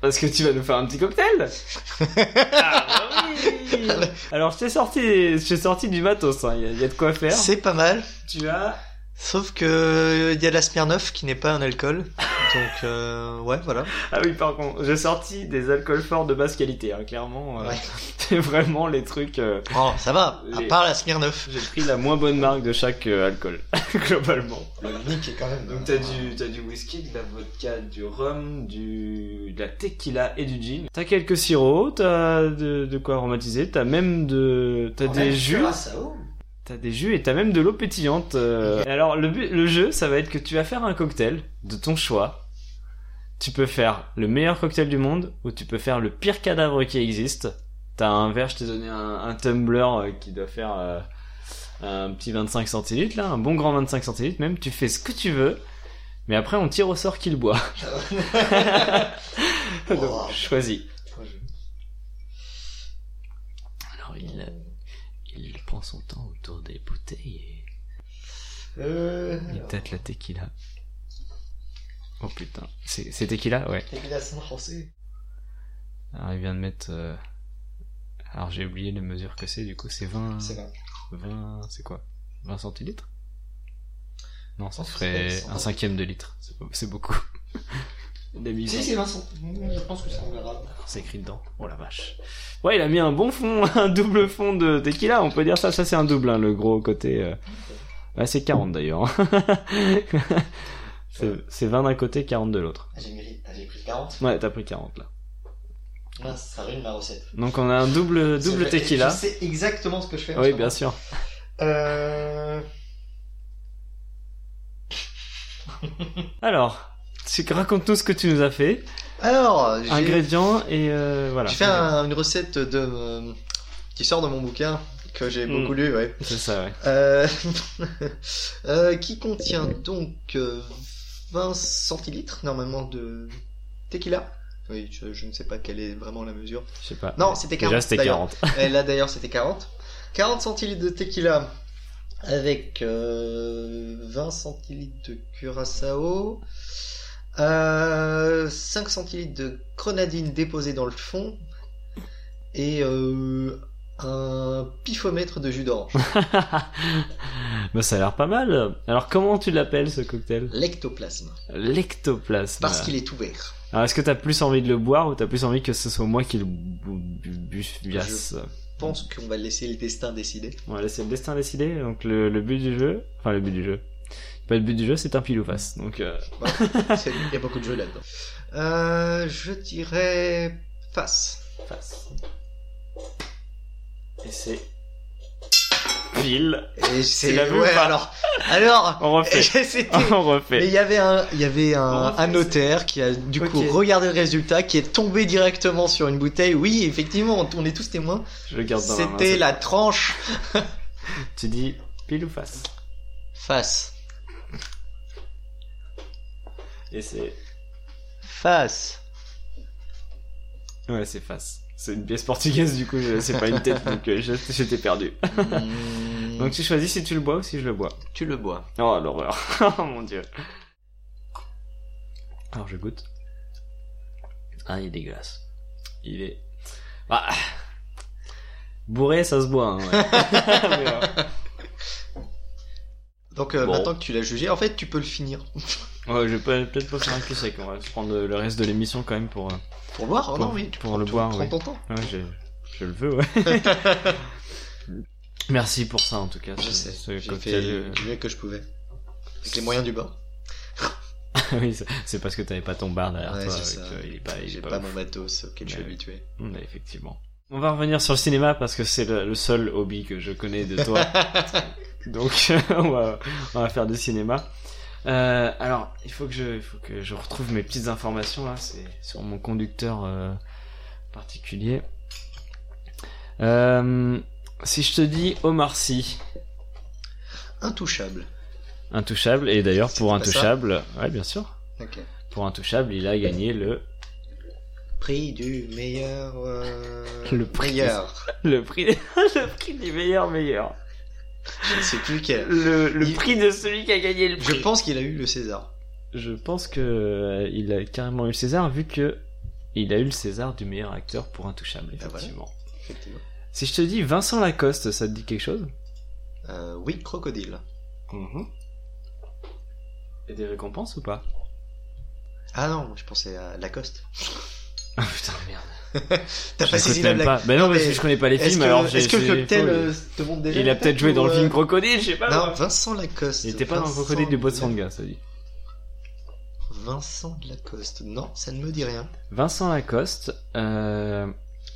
A: Parce que tu vas nous faire un petit
C: [laughs]
A: cocktail Ah, bah oui Alors je t'ai sorti, je t'ai sorti du matos, hein. il y, a- y a de quoi faire.
C: C'est pas mal.
A: Tu as...
C: Sauf que euh, il y a de la Smirnoff qui n'est pas un alcool. Donc euh, ouais, voilà.
A: Ah oui, par contre, j'ai sorti des alcools forts de basse qualité, hein, clairement. euh,
C: Ouais.
A: [laughs] C'est vraiment les trucs... euh,
C: Oh, ça va. À
A: Les-
C: part la Smirnoff.
A: J'ai pris la moins bonne marque de chaque euh, alcool, [laughs] globalement.
C: Le Nick est quand même.
A: Donc t'as du, t'as du whisky, de la vodka, du rhum, du, de la tequila et du gin. T'as quelques sirops, t'as de, de quoi aromatiser, t'as même de, t'as des jus, t'as des jus et t'as même de l'eau pétillante. euh. Et Alors le, but- le jeu, ça va être que tu vas faire un cocktail de ton choix. Tu peux faire le meilleur cocktail du monde ou tu peux faire le pire cadavre qui existe. T'as un verre, je t'ai donné un, un tumbler euh, qui doit faire euh, un petit 25 centilitres là, un bon grand 25 centilitres même. Tu fais ce que tu veux. Mais après, on tire au sort qui le boit. [laughs] Donc,
C: Wow.
A: je choisis. Alors, il, il prend son temps autour des bouteilles
C: Euh...
A: et il tâte la tequila. Oh putain, c'est c'est tequila Ouais. Alors, il vient de mettre. euh, Alors, j'ai oublié les mesures que c'est, du coup, c'est 20.
C: C'est bon.
A: 20. C'est quoi 20 centilitres Non, ça
C: Oh, c'est
A: ferait
C: cent.
A: un cinquième de litre. C'est pas- C'est beaucoup. Des
C: Si, c'est Vincent. Je pense que ça on verra.
A: C'est écrit dedans. Oh la vache. Ouais, il a mis un bon fond, [laughs] un double fond de tequila, on peut dire ça. Ça, c'est un double, hein, le gros côté. euh. Ouais, c'est 40 d'ailleurs. [laughs] hein. c'est c'est 20 d'un côté, 40 de l'autre.
C: Ah, J'ai mis- ah, j'ai pris 40.
A: Ouais, t'as pris 40 là.
C: Mince, ça ruine ma recette.
A: Donc on a un double, double
C: Je-
A: tequila.
C: Je sais exactement ce que je fais. en
A: Oui,
C: ce
A: bien
C: moment.
A: sûr.
C: Euh...
A: Alors, tu- raconte-nous ce que tu nous as fait.
C: Alors, j'ai
A: Ingrédients et euh, voilà.
C: j'ai fait un- une recette de euh, qui sort de mon bouquin que j'ai
A: Hmm.
C: beaucoup lu, ouais.
A: C'est ça, ouais.
C: Euh, [laughs] euh, qui contient donc euh, 20 centilitres normalement de tequila. Oui, je, je ne sais pas quelle est vraiment la mesure.
A: Je sais pas.
C: Non, c'était 40.
A: Déjà, c'était
C: d'ailleurs.
A: 40.
C: Et là d'ailleurs, c'était 40. 40 centilitres de tequila avec euh, 20 centilitres de curaçao. euh, 5 centilitres de grenadine déposée dans le fond et euh, un pifomètre de
A: [laughs]
C: jus d'orange.
A: bah, ça a l'air pas mal. Alors, comment tu l'appelles ce cocktail
C: L'ectoplasme.
A: L'ectoplasme.
C: Parce qu'il est ouvert.
A: Alors, est-ce que t'as plus envie de le boire ou t'as plus envie que ce soit moi qui le bu- bu- bu- buasse
C: Je pense
A: Mm.
C: qu'on va laisser le
A: [laughs]
C: destin décider.
A: On va laisser le destin décider. Donc, le, le but du jeu. Enfin, le but du jeu. Pas le but du jeu, c'est un pile ou face. Donc, euh,
C: C'est- Il y a beaucoup de jeux là-dedans. Euh, je dirais face.
A: face. Et c'est. [laughs] Pile.
C: Et c'est
A: l'as vu ou
C: ouais,
A: pas
C: alors.
A: [laughs]
C: Alors. [laughs]
A: On refait.
C: C'était.
A: On
C: Mais
A: refait.
C: il y avait un, il y avait
A: On
C: un,
A: refait,
C: un notaire qui a du coup
A: Ok.
C: regardé le résultat, qui est tombé directement sur une bouteille. Oui, effectivement, on est tous témoins.
A: Je le garde dans la main.
C: C'était la tranche
A: Tu dis pile ou face.
C: face,
A: Et c'est.
C: face.
A: Ouais, c'est face. C'est une pièce portugaise, du coup, je- c'est pas une tête, [laughs] donc euh, je- j'étais perdu. [laughs]
C: Mm,
A: Donc, tu choisis si tu le bois ou si je le bois.
C: tu le bois.
A: Oh l'horreur. [laughs] oh mon dieu. Alors je goûte. Ah il est dégueulasse. Il est... Ah. Bah. Bourré, ça se boit. hein, ouais. [laughs] Mais, euh,
C: Donc euh,
A: Bon.
C: maintenant que tu l'as jugé, en fait, tu peux le finir.
A: ouais, je vais pas- peut-être pas faire un cul sec. On va se prendre le reste de l'émission quand même pour. euh,
C: Pour le voir, oh
A: Pour-
C: non, oui, tu
A: pour
C: prends-
A: le
C: tu
A: boire,
C: prends
A: oui.
C: ton temps.
A: Ouais, je, je le veux,
C: [laughs]
A: ouais. Merci pour ça en tout cas.
C: Je
A: ce-
C: sais,
A: ce
C: j'ai fait
A: cocktail, euh, [laughs]
C: du mieux que je pouvais. Avec les moyens du bord.
A: oui, c'est- c'est parce que t'avais pas ton bar derrière
C: Ouais,
A: Ah, toi.
C: c'est
A: et
C: ça.
A: que il est pas, il est
C: J'ai
A: pas
C: pas,
A: ouf.
C: mon matos auquel je suis
A: Ouais.
C: habitué.
A: Mm, effectivement. On va revenir sur le cinéma parce que c'est le, le seul hobby que je connais de [laughs] toi. Donc [laughs] on, va, on va faire du cinéma. Euh, alors, il faut que je, il faut que je retrouve mes petites informations là. C'est sur mon conducteur euh, particulier. Euh, si je te dis Omar Sy,
C: Intouchable.
A: intouchable, et d'ailleurs pour
C: C'était pas ça
A: intouchable, ouais bien sûr,
C: Ok.
A: pour intouchable, il a gagné le
C: Prix du meilleur. euh,
A: [laughs] Le prix.
C: meilleur.
A: le prix, [laughs] le prix du meilleur meilleur,
C: Je ne sais plus quel.
A: le, le
C: Il-
A: prix de celui qui a gagné le prix.
C: Je pense qu'il a eu le César.
A: Je pense que euh, il a carrément eu le César vu que il a eu le César du meilleur acteur pour Intouchable
C: Ah, voilà.
A: effectivement.
C: Effectivement.
A: Si je te dis Vincent Lacoste, ça te dit quelque chose
C: Euh, oui, crocodile. Mhm.
A: Et des récompenses ou pas
C: Ah non, je pensais à Lacoste.
A: Ah putain merde. [laughs]
C: T'as
A: Je
C: pas
A: l'écoute
C: saisi bah, la
A: même
C: blague.
A: pas. Ben non,
C: Non,
A: parce que
C: mais
A: je connais pas les
C: Est-ce
A: films
C: que,
A: alors j'ai
C: est-ce que
A: j'ai-
C: le cocktail
A: faut-
C: euh, te monte déjà
A: Il a peut-être joué dans le
C: ou,
A: film
C: euh,
A: Crocodile, je sais pas.
C: Non,
A: moi.
C: Vincent Lacoste.
A: Il était pas dans
C: Vincent-
A: Crocodile du Botswana, ça dit.
C: Vincent Lacoste. Non, ça ne me dit rien.
A: Vincent Lacoste, euh,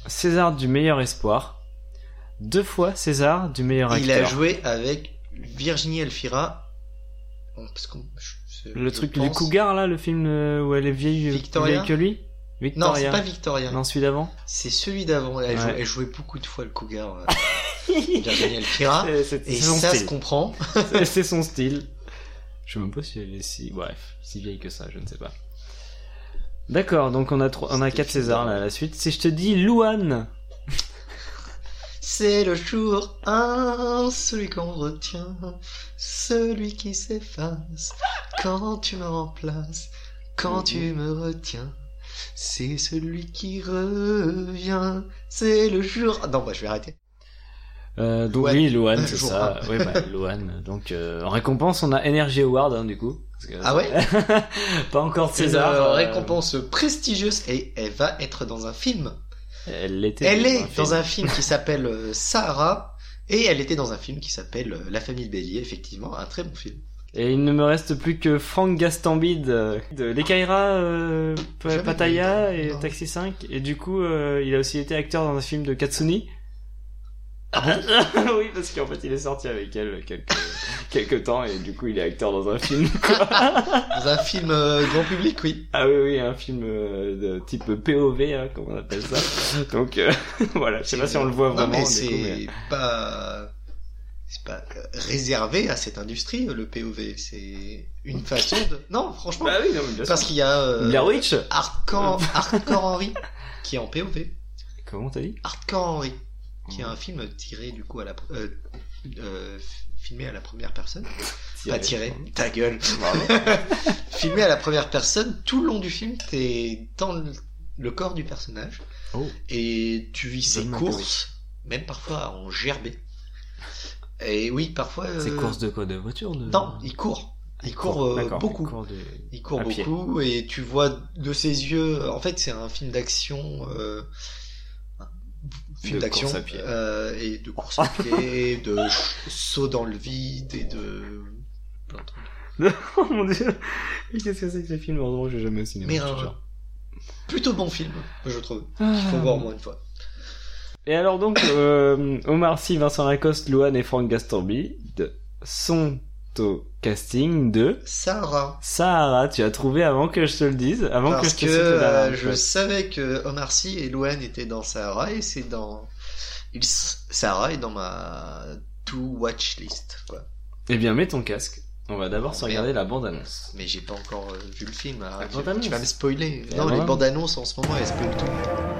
A: César du meilleur espoir, deux fois César du meilleur
C: Il
A: acteur.
C: a joué avec Virginie Elfira. Bon, parce qu'on- je- je-
A: Le
C: je
A: truc du
C: pense-
A: cougar là, le film euh, où elle est vieille, euh, plus
C: Victoria
A: vieille que lui
C: Non, c'est
A: Victoria.
C: pas Victoria.
A: Non, celui
C: [laughs]
A: d'avant
C: C'est celui d'avant. Elle,
A: Ouais.
C: jouait- elle jouait beaucoup de fois le cougar.
A: [laughs]
C: euh, Virginie Elfira.
A: C'est- C'est
C: Et
A: c'est son,
C: ça se
A: style.
C: comprend.
A: C'est- [laughs] c'est son style. Je sais même pas si elle est si. Bref, si vieille que ça, je ne sais pas. D'accord, donc on a, trois, on a
C: C'était
A: 4 Césars là à la suite. Si je te dis Louane,
C: C'est le jour 1, celui qu'on retient, celui qui s'efface, quand tu me remplaces, quand
A: Mm-hmm.
C: tu me retiens, c'est celui qui revient, c'est le jour... Ah Non, bah je vais arrêter.
A: euh, donc
C: Louane.
A: oui,
C: [laughs]
A: Louane, c'est
C: Toujours
A: ça. Oui, bah, Louane. Donc euh, en récompense, on a Energy Award hein, du coup. Parce que-
C: Ah ouais
A: [laughs] Pas encore de César.
C: Une, euh,
A: euh,
C: récompense prestigieuse et elle va être dans un film.
A: Elle l'était.
C: Elle est
A: film.
C: dans un film
A: [laughs]
C: qui s'appelle euh, Sarah et elle était dans un film qui s'appelle euh, La famille Bélier, effectivement, un très bon film.
A: Et il ne me reste plus que Franck Gastambide euh, de l'Ekaira, euh, P-
C: Jamais
A: Pattaya
C: vu,
A: et
C: non.
A: Taxi 5. Et du coup, euh, il a aussi été acteur dans un film de Katsuni. Ah. [laughs] oui, parce qu'en fait, il est sorti avec elle quelques, [laughs] quelques temps et du coup, il est acteur dans un film. [laughs]
C: Dans un film euh, grand public, oui.
A: Ah oui, oui, un film euh, de type POV, hein, comment on appelle ça. Donc euh, [laughs] voilà, je sais pas si on le voit
C: Non,
A: vraiment.
C: mais
A: du coup, mais-
C: c'est pas... C'est pas euh, réservé à cette industrie, le POV. C'est une façon de... Non, franchement,
A: Bah oui, non, mais bien
C: parce
A: sûr.
C: qu'il y a euh,
A: Blair Witch
C: Hardcore, Hardcore Henry qui est en POV.
A: Comment t'as dit
C: Hardcore Henry, qui est un film tiré du coup à la... pr- euh, euh, filmé à la première personne. Pas tiré, ta gueule.
A: Bravo.
C: [laughs] filmé à la première personne, tout le long du film, t'es dans le, le corps du personnage
A: Oh.
C: et tu vis ses
A: Donne-moi un
C: courses, même parfois en gerbé. Et oui, parfois. euh,
A: C'est course de quoi De voiture de...
C: Non, il court. Il court euh,
A: D'accord,
C: beaucoup.
A: il court de-
C: Il court
A: à pied.
C: beaucoup et tu vois de ses yeux. En fait, c'est un film d'action. euh, un Film
A: De
C: d'action
A: course à pied.
C: euh, et de course à
A: [laughs]
C: pied, de ch- saut dans le vide et de plein de trucs.
A: [laughs] Oh mon dieu Mais Qu'est-ce que c'est que ces films Heureusement que j'ai jamais au cinéma.
C: Mais euh,
A: je te
C: un
A: jure.
C: plutôt bon film, je trouve.
A: Ah.
C: Faut voir au moins une fois.
A: Et alors donc, euh, Omar Sy, Vincent Lacoste, Louane et Franck Gastambide sont au casting de
C: Sarah.
A: Sahara. Tu as trouvé avant que je te le dise, avant
C: Parce
A: que je
C: que
A: te cite le
C: euh,
A: dernier.
C: je savais que Omar Sy et Luan étaient dans Sahara et c'est dans. Il... Sahara est dans ma to watch list. Quoi.
A: Eh bien, mets ton casque. On va d'abord se
C: Oh,
A: regarder la bande-annonce.
C: Mais j'ai pas encore euh, vu le film. alors
A: La
C: tu-
A: bande-annonce.
C: tu vas me spoiler.
A: La
C: non, les
A: bande-annonce.
C: bandes annonces en ce moment elles spoilent tout.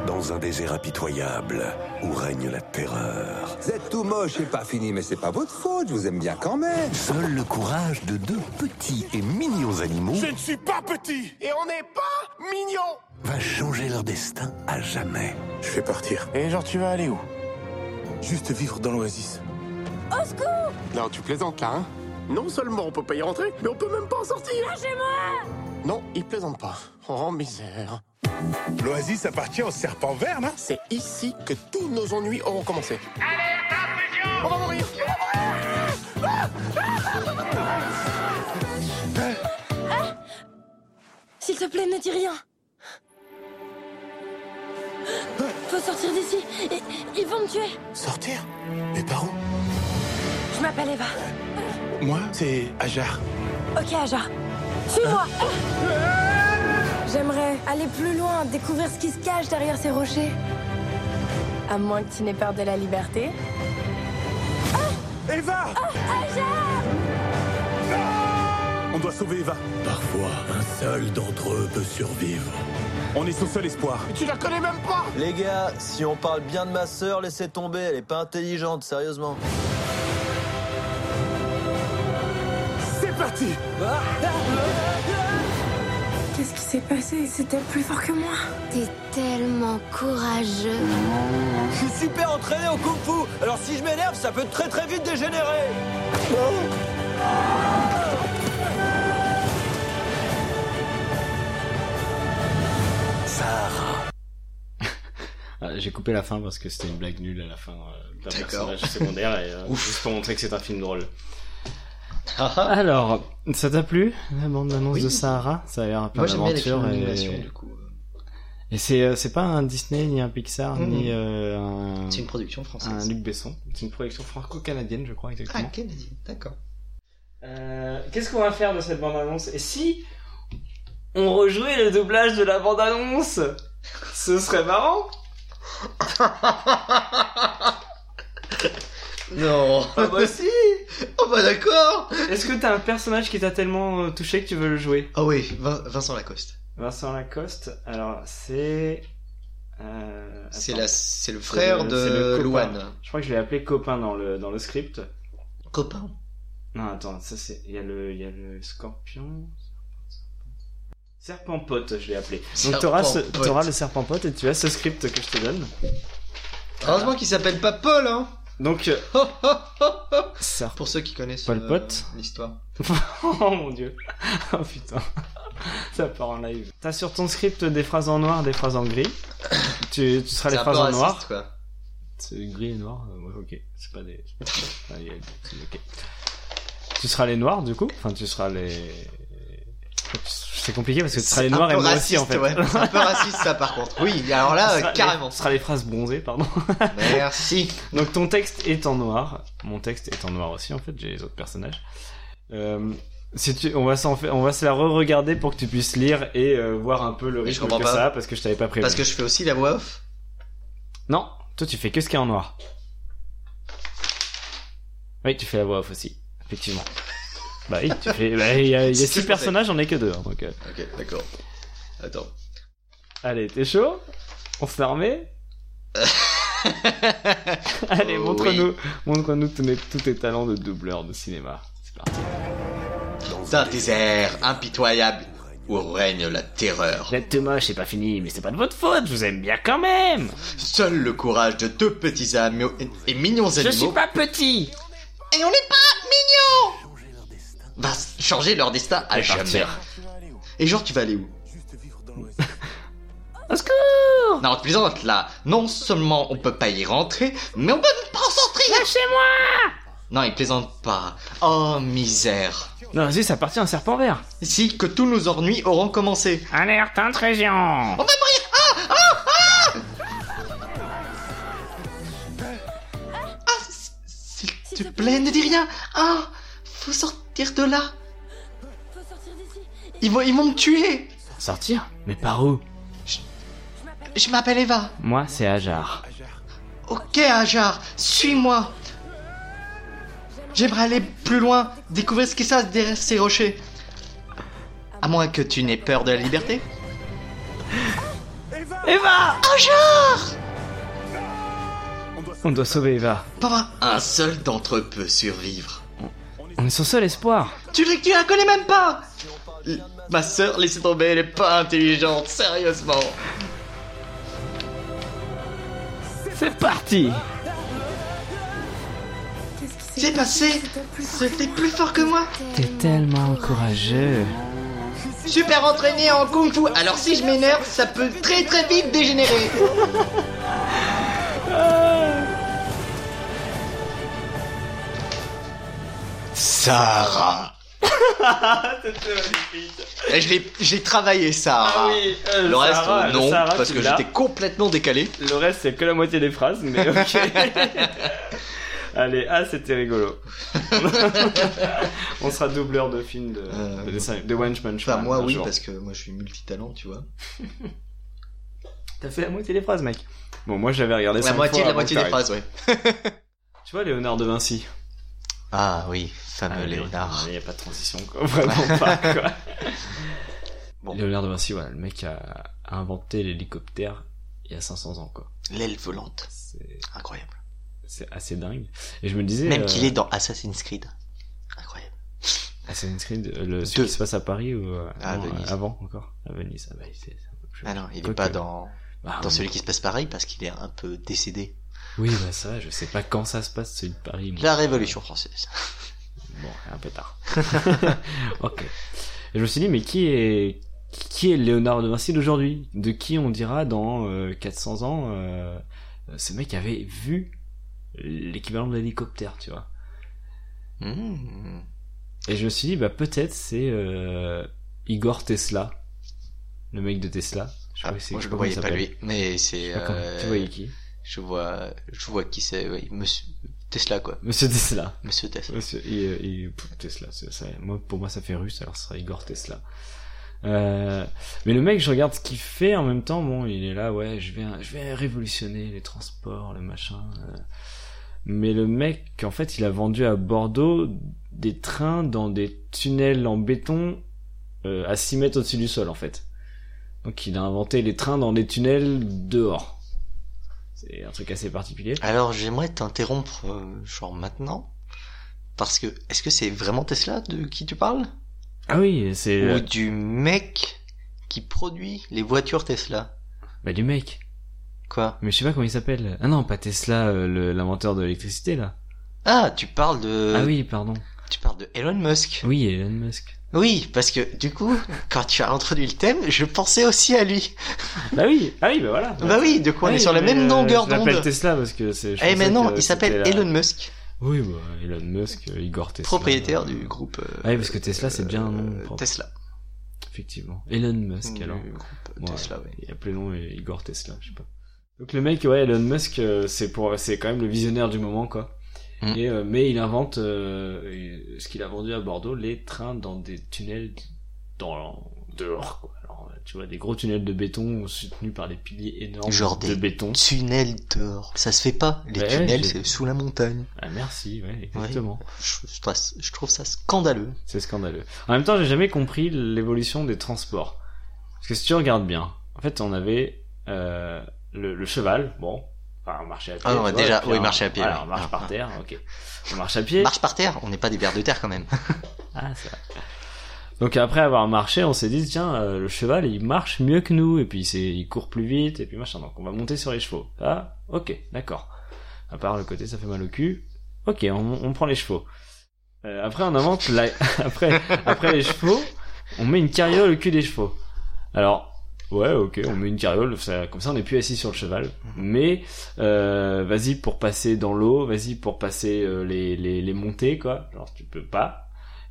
D: Dans un désert impitoyable où règne la terreur,
E: Vous êtes tout moche et pas fini, mais c'est pas votre faute, je vous aime bien quand même.
D: seul le courage de deux petits et mignons animaux
F: Je ne suis pas petit et on n'est pas mignon.
D: va changer leur destin à jamais.
F: Je vais partir. Et genre tu vas aller où
D: Juste vivre dans l'oasis.
F: Non, tu plaisantes là, hein Non seulement on peut pas y rentrer, mais on peut même pas en sortir Lâchez-moi Non, il plaisante pas. Oh misère.
D: L'oasis appartient au serpent vert, non
F: C'est ici que tous nos ennuis auront commencé. On va mourir
G: S'il te plaît, ne dis rien. Faut sortir d'ici. Ils- Ils vont me tuer.
D: Sortir Mais par où
G: Je m'appelle Eva.
D: Moi, c'est Ajar.
G: Ok, Aja. Suis-moi. J'aimerais aller plus loin, découvrir ce qui se cache derrière ces rochers. À moins que tu n'aies peur de la liberté.
D: Eva On doit sauver Eva.
H: Parfois, un seul d'entre eux peut survivre.
D: On est son seul espoir.
F: Tu la connais même pas
I: Les gars, si on parle bien de ma sœur, laissez tomber, elle est pas intelligente, sérieusement.
D: C'est parti
G: Qu'est-ce qui s'est passé C'était plus fort que moi.
J: T'es tellement courageux.
I: Je suis super entraîné au kung fu, alors si je m'énerve, ça peut très très vite dégénérer.
A: Ah, J'ai coupé la fin parce que c'était une blague nulle à la fin euh, d'un
C: D'accord.
A: personnage secondaire et euh, juste pour montrer que c'est un film drôle.
C: Ah, ah.
A: Alors, ça t'a plu la bande d'annonce
C: Oui.
A: de Sahara Ça a l'air plein
C: Moi j'aime bien les films
A: d'aventures
C: d'animation
A: et,
C: du coup.
A: et c'est euh, c'est pas un Disney ni un Pixar
C: Mhm.
A: ni euh, un,
C: C'est une production
A: un
C: française.
A: Luc Besson. C'est une production franco-canadienne, je crois
C: Ah,
A: exactement.
C: Kennedy, d'accord.
A: Euh, Qu'est-ce qu'on va faire de cette bande annonce Et si on rejouait le doublage de la bande annonce Ce serait marrant.
C: Non
A: Ah bah
C: [laughs]
A: si
C: Oh bah d'accord
A: Est-ce que t'as un personnage qui t'a tellement euh, touché que tu veux le jouer
C: Ah oui, Vin- Vincent Lacoste.
A: Vincent Lacoste, alors c'est... euh,
C: C'est
A: attends.
C: la- c'est le frère
A: le- c'est le
C: de
A: copain.
C: Louane.
A: Je crois que je l'ai appelé copain dans le, dans le script.
C: Copain.
A: Non, attends, ça c'est... Il y, a le- il y a le scorpion... Serpent pote, je l'ai appelé. Donc t'auras, ce-
C: Serpent pote.
A: t'auras le serpent pote et tu as ce script que je te donne.
C: Heureusement qu'il s'appelle pas Paul, hein
A: Donc, euh,
C: Oh, oh, oh, oh.
A: serpent...
C: Pour ceux qui connaissent
A: Paul
C: euh,
A: Pot.
C: l'histoire.
A: [laughs] Oh mon dieu. [laughs] Oh putain. Ça part en live. T'as sur ton script des phrases en noir, des phrases en gris. Tu, tu seras les
C: C'est un peu
A: phrases en
C: raciste,
A: noir.
C: quoi.
A: C'est gris et noir, euh, ouais, ok. C'est pas des. Ah, il y a- c'est ok. Tu seras les noirs du coup Enfin, tu seras les. C'est compliqué parce que tu seras les
C: C'est un
A: noirs et
C: peu
A: moi aussi
C: raciste,
A: en fait. [laughs]
C: ouais. C'est un peu raciste ça par contre. Oui, alors là,
A: Tu
C: euh,
A: seras les-
C: carrément.
A: tu seras les phrases bronzées, pardon. [laughs]
C: Merci.
A: Donc ton texte est en noir. Mon texte est en noir aussi en fait. J'ai les autres personnages. Euh, si tu, on va s'en faire, on va se la re-regarder pour que tu puisses lire et euh, voir un peu le
C: Mais je
A: rythme
C: comprends
A: que
C: pas.
A: ça a parce que je t'avais pas prévu.
C: Parce que je fais aussi la voix off.
A: Non, toi tu fais que ce qui est en noir. Oui, tu fais la voix off aussi, effectivement. Bah oui, tu fais. bah, Il y a, il y a
C: C'est ce que
A: six
C: je
A: personnages, on est que deux. hein, donc, euh.
C: Ok, d'accord. Attends.
A: Allez, t'es chaud On se la [laughs] remet Allez,
C: Oh,
A: montre-nous, montre-nous tous, mes- tous tes talents de doubleur de cinéma. C'est parti.
C: D'un désert impitoyable où règne la terreur.
A: Vous êtes tout moche, c'est pas fini, mais c'est pas de votre faute. Je vous aime bien quand même.
C: Seul le courage de deux petits amis et mignons animaux.
A: petit.
C: Et on n'est pas mignons Va s- changer leur destin à jamais. Et genre, tu vas aller où
A: Au secours
C: Non, tu plaisantes là. Non seulement on peut pas y rentrer, mais on peut pas en sortir
A: Lâchez-moi
C: Non, il plaisante pas. Oh misère.
A: Non, si, ça appartient à un serpent vert.
C: Ici que tous nos ennuis auront commencé.
A: Alerte intrusion
C: On va mourir Ah Ah Ah Ah s- S'il te plaît, ne dis rien Ah Faut sortir de là
G: Faut sortir d'ici.
C: Ils vont, ils vont me tuer
A: Sortir Mais par où
C: Je m'appelle Eva.
A: Moi, c'est Ajar.
C: Ok, Ajar, suis-moi J'aimerais aller plus loin, découvrir ce qui se passe derrière ces rochers. À moins que tu n'aies peur de la liberté.
A: Eva
C: Ajar
A: On doit sauver Eva.
C: Pas vrai. Un seul d'entre eux peut survivre.
A: On est son seul espoir.
C: Tu, tu la connais même pas L- Ma sœur, laissez tomber, elle est pas intelligente, sérieusement.
A: C'est parti
C: C'est passé C'était plus fort que moi
K: T'es tellement courageux.
C: Super entraîné en kung fu, alors si je m'énerve, ça peut très très vite dégénérer. Sarah. Eh, je l'ai- J'ai travaillé Sarah.
A: Ah oui, euh,
C: le reste,
A: Sarah,
C: euh, non,
A: Sarah,
C: parce
A: tu
C: que
A: l'as.
C: j'étais complètement décalé.
A: Le reste, c'est que la moitié des phrases, mais
C: [laughs]
A: ok. Allez, ah, c'était
C: [laughs]
A: rigolo. On sera doubleur de film de, de, dessin- de One Punch
C: Euh, Enfin,
A: Man
C: moi,
A: un
C: oui,
A: jour.
C: parce que moi je suis multitalent, tu vois.
A: T'as fait la moitié des phrases, mec. Bon, moi, j'avais regardé
C: La
A: cinq
C: moitié
A: fois
C: de la
A: avant que
C: moitié des
A: t'arrives.
C: phrases, ouais.
A: Tu vois, Léonard de Vinci.
C: Ah oui, fameux
A: Léonard. Il n'y a pas de transition, quoi. [laughs] Vraiment pas,
C: [laughs]
A: quoi. Léonard de Vinci, voilà, le mec a, a inventé l'hélicoptère il y a 500 ans, quoi.
C: L'aile volante.
A: C'est-
C: Incroyable.
A: C'est assez dingue. Et je me disais.
C: Même
A: euh,
C: qu'il est dans Assassin's Creed. Incroyable.
A: Assassin's Creed, euh, le, celui qui se passe à Paris ou euh,
C: Ah,
A: non,
C: Venise.
A: euh, avant encore À Venise. Ah, bah, c'est- c'est un peu plus-
C: Ah non, il est
A: Quoique-
C: pas dans,
A: Bah,
C: dans
A: oui.
C: celui qui se passe pareil parce qu'il est un peu décédé.
A: Oui, bah ça, je sais pas quand ça se passe, celui de Paris. moi.
C: La Révolution française.
A: Bon, un peu tard. [laughs] ok. Et je me suis dit, mais qui est qui est Léonard de Vinci d'aujourd'hui De qui on dira dans euh, 400 ans euh, ce mec avait vu l'équivalent de l'hélicoptère, tu vois
C: Mmh.
A: Et je me suis dit, bah peut-être c'est euh, Igor Tesla, le mec de Tesla. Je
C: Ah,
A: crois que c'est-
C: moi, je
A: sais
C: le
A: comment il
C: voyais pas
A: s'appelle.
C: lui, mais
A: Je sais
C: c'est.
A: pas comment-
C: euh,
A: Tu voyais qui
C: je vois, je vois qui c'est. ouais, Monsieur Tesla quoi.
A: Monsieur Tesla.
C: Monsieur Tesla.
A: Monsieur, et, euh, et, pff, Tesla, c'est- ça- moi, pour moi ça fait russe, alors ce sera Igor Tesla. Euh, mais le mec, je regarde ce qu'il fait en même temps. Bon, il est là, ouais, je vais, je vais révolutionner les transports, le machin. euh. Mais le mec, en fait, il a vendu à Bordeaux des trains dans des tunnels en béton euh, à 6 mètres au-dessus du sol, en fait. Donc, il a inventé les trains dans des tunnels dehors. C'est un truc assez particulier.
C: Alors j'aimerais t'interrompre, euh, genre maintenant, parce que est-ce que c'est vraiment Tesla de qui tu parles
A: Ah oui, c'est
C: ou
A: euh,
C: du mec qui produit les voitures Tesla
A: bah, du mec.
C: Quoi
A: Mais je sais pas comment il s'appelle. Ah non, pas Tesla, euh, le- l'inventeur de l'électricité là.
C: Ah, tu parles de
A: Ah oui, pardon.
C: tu parles de Elon Musk.
A: Oui, Elon Musk.
C: Oui, parce que du coup, quand tu as introduit le thème, je pensais aussi à lui.
A: Bah oui, ah oui, bah voilà.
C: Bah oui, de quoi on est sur la même longueur
A: euh, Je l'appelle
C: d'onde.
A: Tesla parce que c'est. je
C: Eh mais
A: pensais
C: non,
A: que
C: il s'appelle
A: c'était la-
C: Elon Musk,
A: Oui, bah Elon Musk, euh, Igor Tesla.
C: propriétaire du groupe euh,
A: Ah oui, parce que Tesla c'est bien un nom
C: euh,
A: propre,
C: Tesla.
A: effectivement. Elon Musk
C: Du
A: alors.
C: groupe
A: Bon,
C: Tesla, ouais.
A: Il a plus long et euh, Igor Tesla, je sais pas. Donc le mec, ouais, Elon Musk, euh, c'est pour, c'est quand même le visionnaire du moment, quoi.
C: Mm.
A: Et euh, mais il invente euh, ce qu'il a vendu à Bordeaux, les trains dans des tunnels dans dehors, quoi. Alors, euh, tu vois, des gros tunnels de béton soutenus par des piliers énormes
C: Genre
A: de
C: des
A: béton.
C: Tunnel dehors, ça se fait pas. Les
A: Ouais,
C: tunnels,
A: j'ai-
C: c'est sous la montagne.
A: Ah merci, ouais, exactement.
C: Je, je trouve ça- je trouve ça scandaleux.
A: C'est scandaleux. En même temps, j'ai jamais compris l'évolution des transports. Parce que si tu regardes bien, en fait, on avait euh, le, le cheval, bon, enfin, on marchait à pied.
C: Ah non,
A: tu vois,
C: déjà,
A: et puis
C: oui,
A: on-
C: marcher à pied,
A: Voilà,
C: oui.
A: on marche
C: Ah,
A: par
C: ah.
A: terre, ok. On marche à pied.
C: Marche par terre, on n'est pas des vers de
A: [laughs]
C: terre quand même.
A: Ah, ça. Donc après avoir marché, on s'est dit tiens euh, le cheval il marche mieux que nous et puis c'est il court plus vite et puis machin donc on va monter sur les chevaux. Ah ok d'accord. À part le côté ça fait mal au cul. Ok on, on prend les chevaux. Euh, après on invente la... [laughs] après après les chevaux on met une carriole au cul des chevaux. Alors ouais ok on met une carriole ça- comme ça on n'est plus assis sur le cheval mais euh, vas-y pour passer dans l'eau vas-y pour passer euh, les, les les montées quoi genre tu peux pas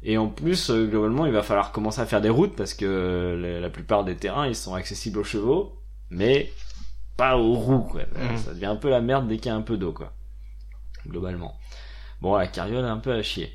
A: et en plus, euh, globalement, il va falloir commencer à faire des routes parce que euh, la- la plupart des terrains, ils sont accessibles aux chevaux, mais pas aux roues, quoi.
C: Mhm.
A: Ça devient un peu la merde dès qu'il y a un peu d'eau, quoi. Globalement. Bon, la carriole est un peu à chier.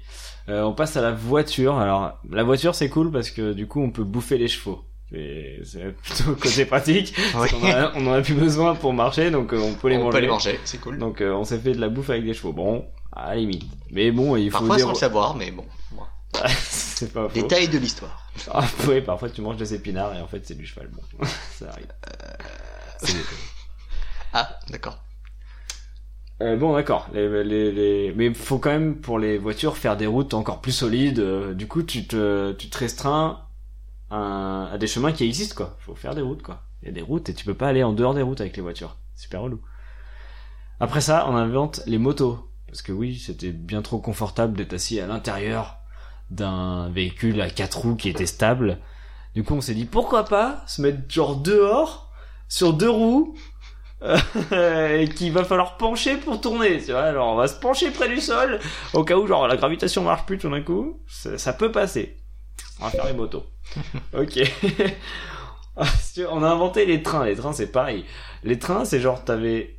A: Euh, on passe à la voiture. Alors, la voiture, c'est cool parce que du coup, on peut bouffer les chevaux. C'est c'est plutôt côté
C: [laughs]
A: pratique.
C: Oui.
A: On, en a- on en a plus besoin pour marcher, donc euh, on peut les
C: on
A: manger.
C: peut les manger, c'est cool.
A: Donc, euh, on s'est fait de la bouffe avec des chevaux. Bon, à la limite. Mais bon, il faut
C: Parfois
A: dire...
C: sans le savoir, mais bon. Bon.
A: [laughs] c'est pas faux.
C: Détail de l'histoire.
A: Ah ouais, parfois tu manges des épinards et en fait c'est du cheval. Bon, ça arrive. C'est-
C: Ah, d'accord.
A: Euh, bon, d'accord. Les, les, les... Mais faut quand même pour les voitures faire des routes encore plus solides. Euh, Du coup, tu te, tu te restreins à, à des chemins qui existent, quoi. Faut faire des routes, quoi. Il y a des routes et tu peux pas aller en dehors des routes avec les voitures. Super relou. Après ça, on invente les motos. Parce que oui, c'était bien trop confortable d'être assis à l'intérieur d'un véhicule à quatre roues qui était stable. Du coup, on s'est dit pourquoi pas se mettre genre dehors sur deux roues euh, [laughs] et qu'il va falloir pencher pour tourner, tu vois. Alors on va se pencher près du sol au cas où genre la gravitation marche plus tout d'un coup, ça, ça peut passer. On va faire les motos. ok. [laughs] on a inventé les trains. Les trains c'est pareil. Les trains c'est genre t'avais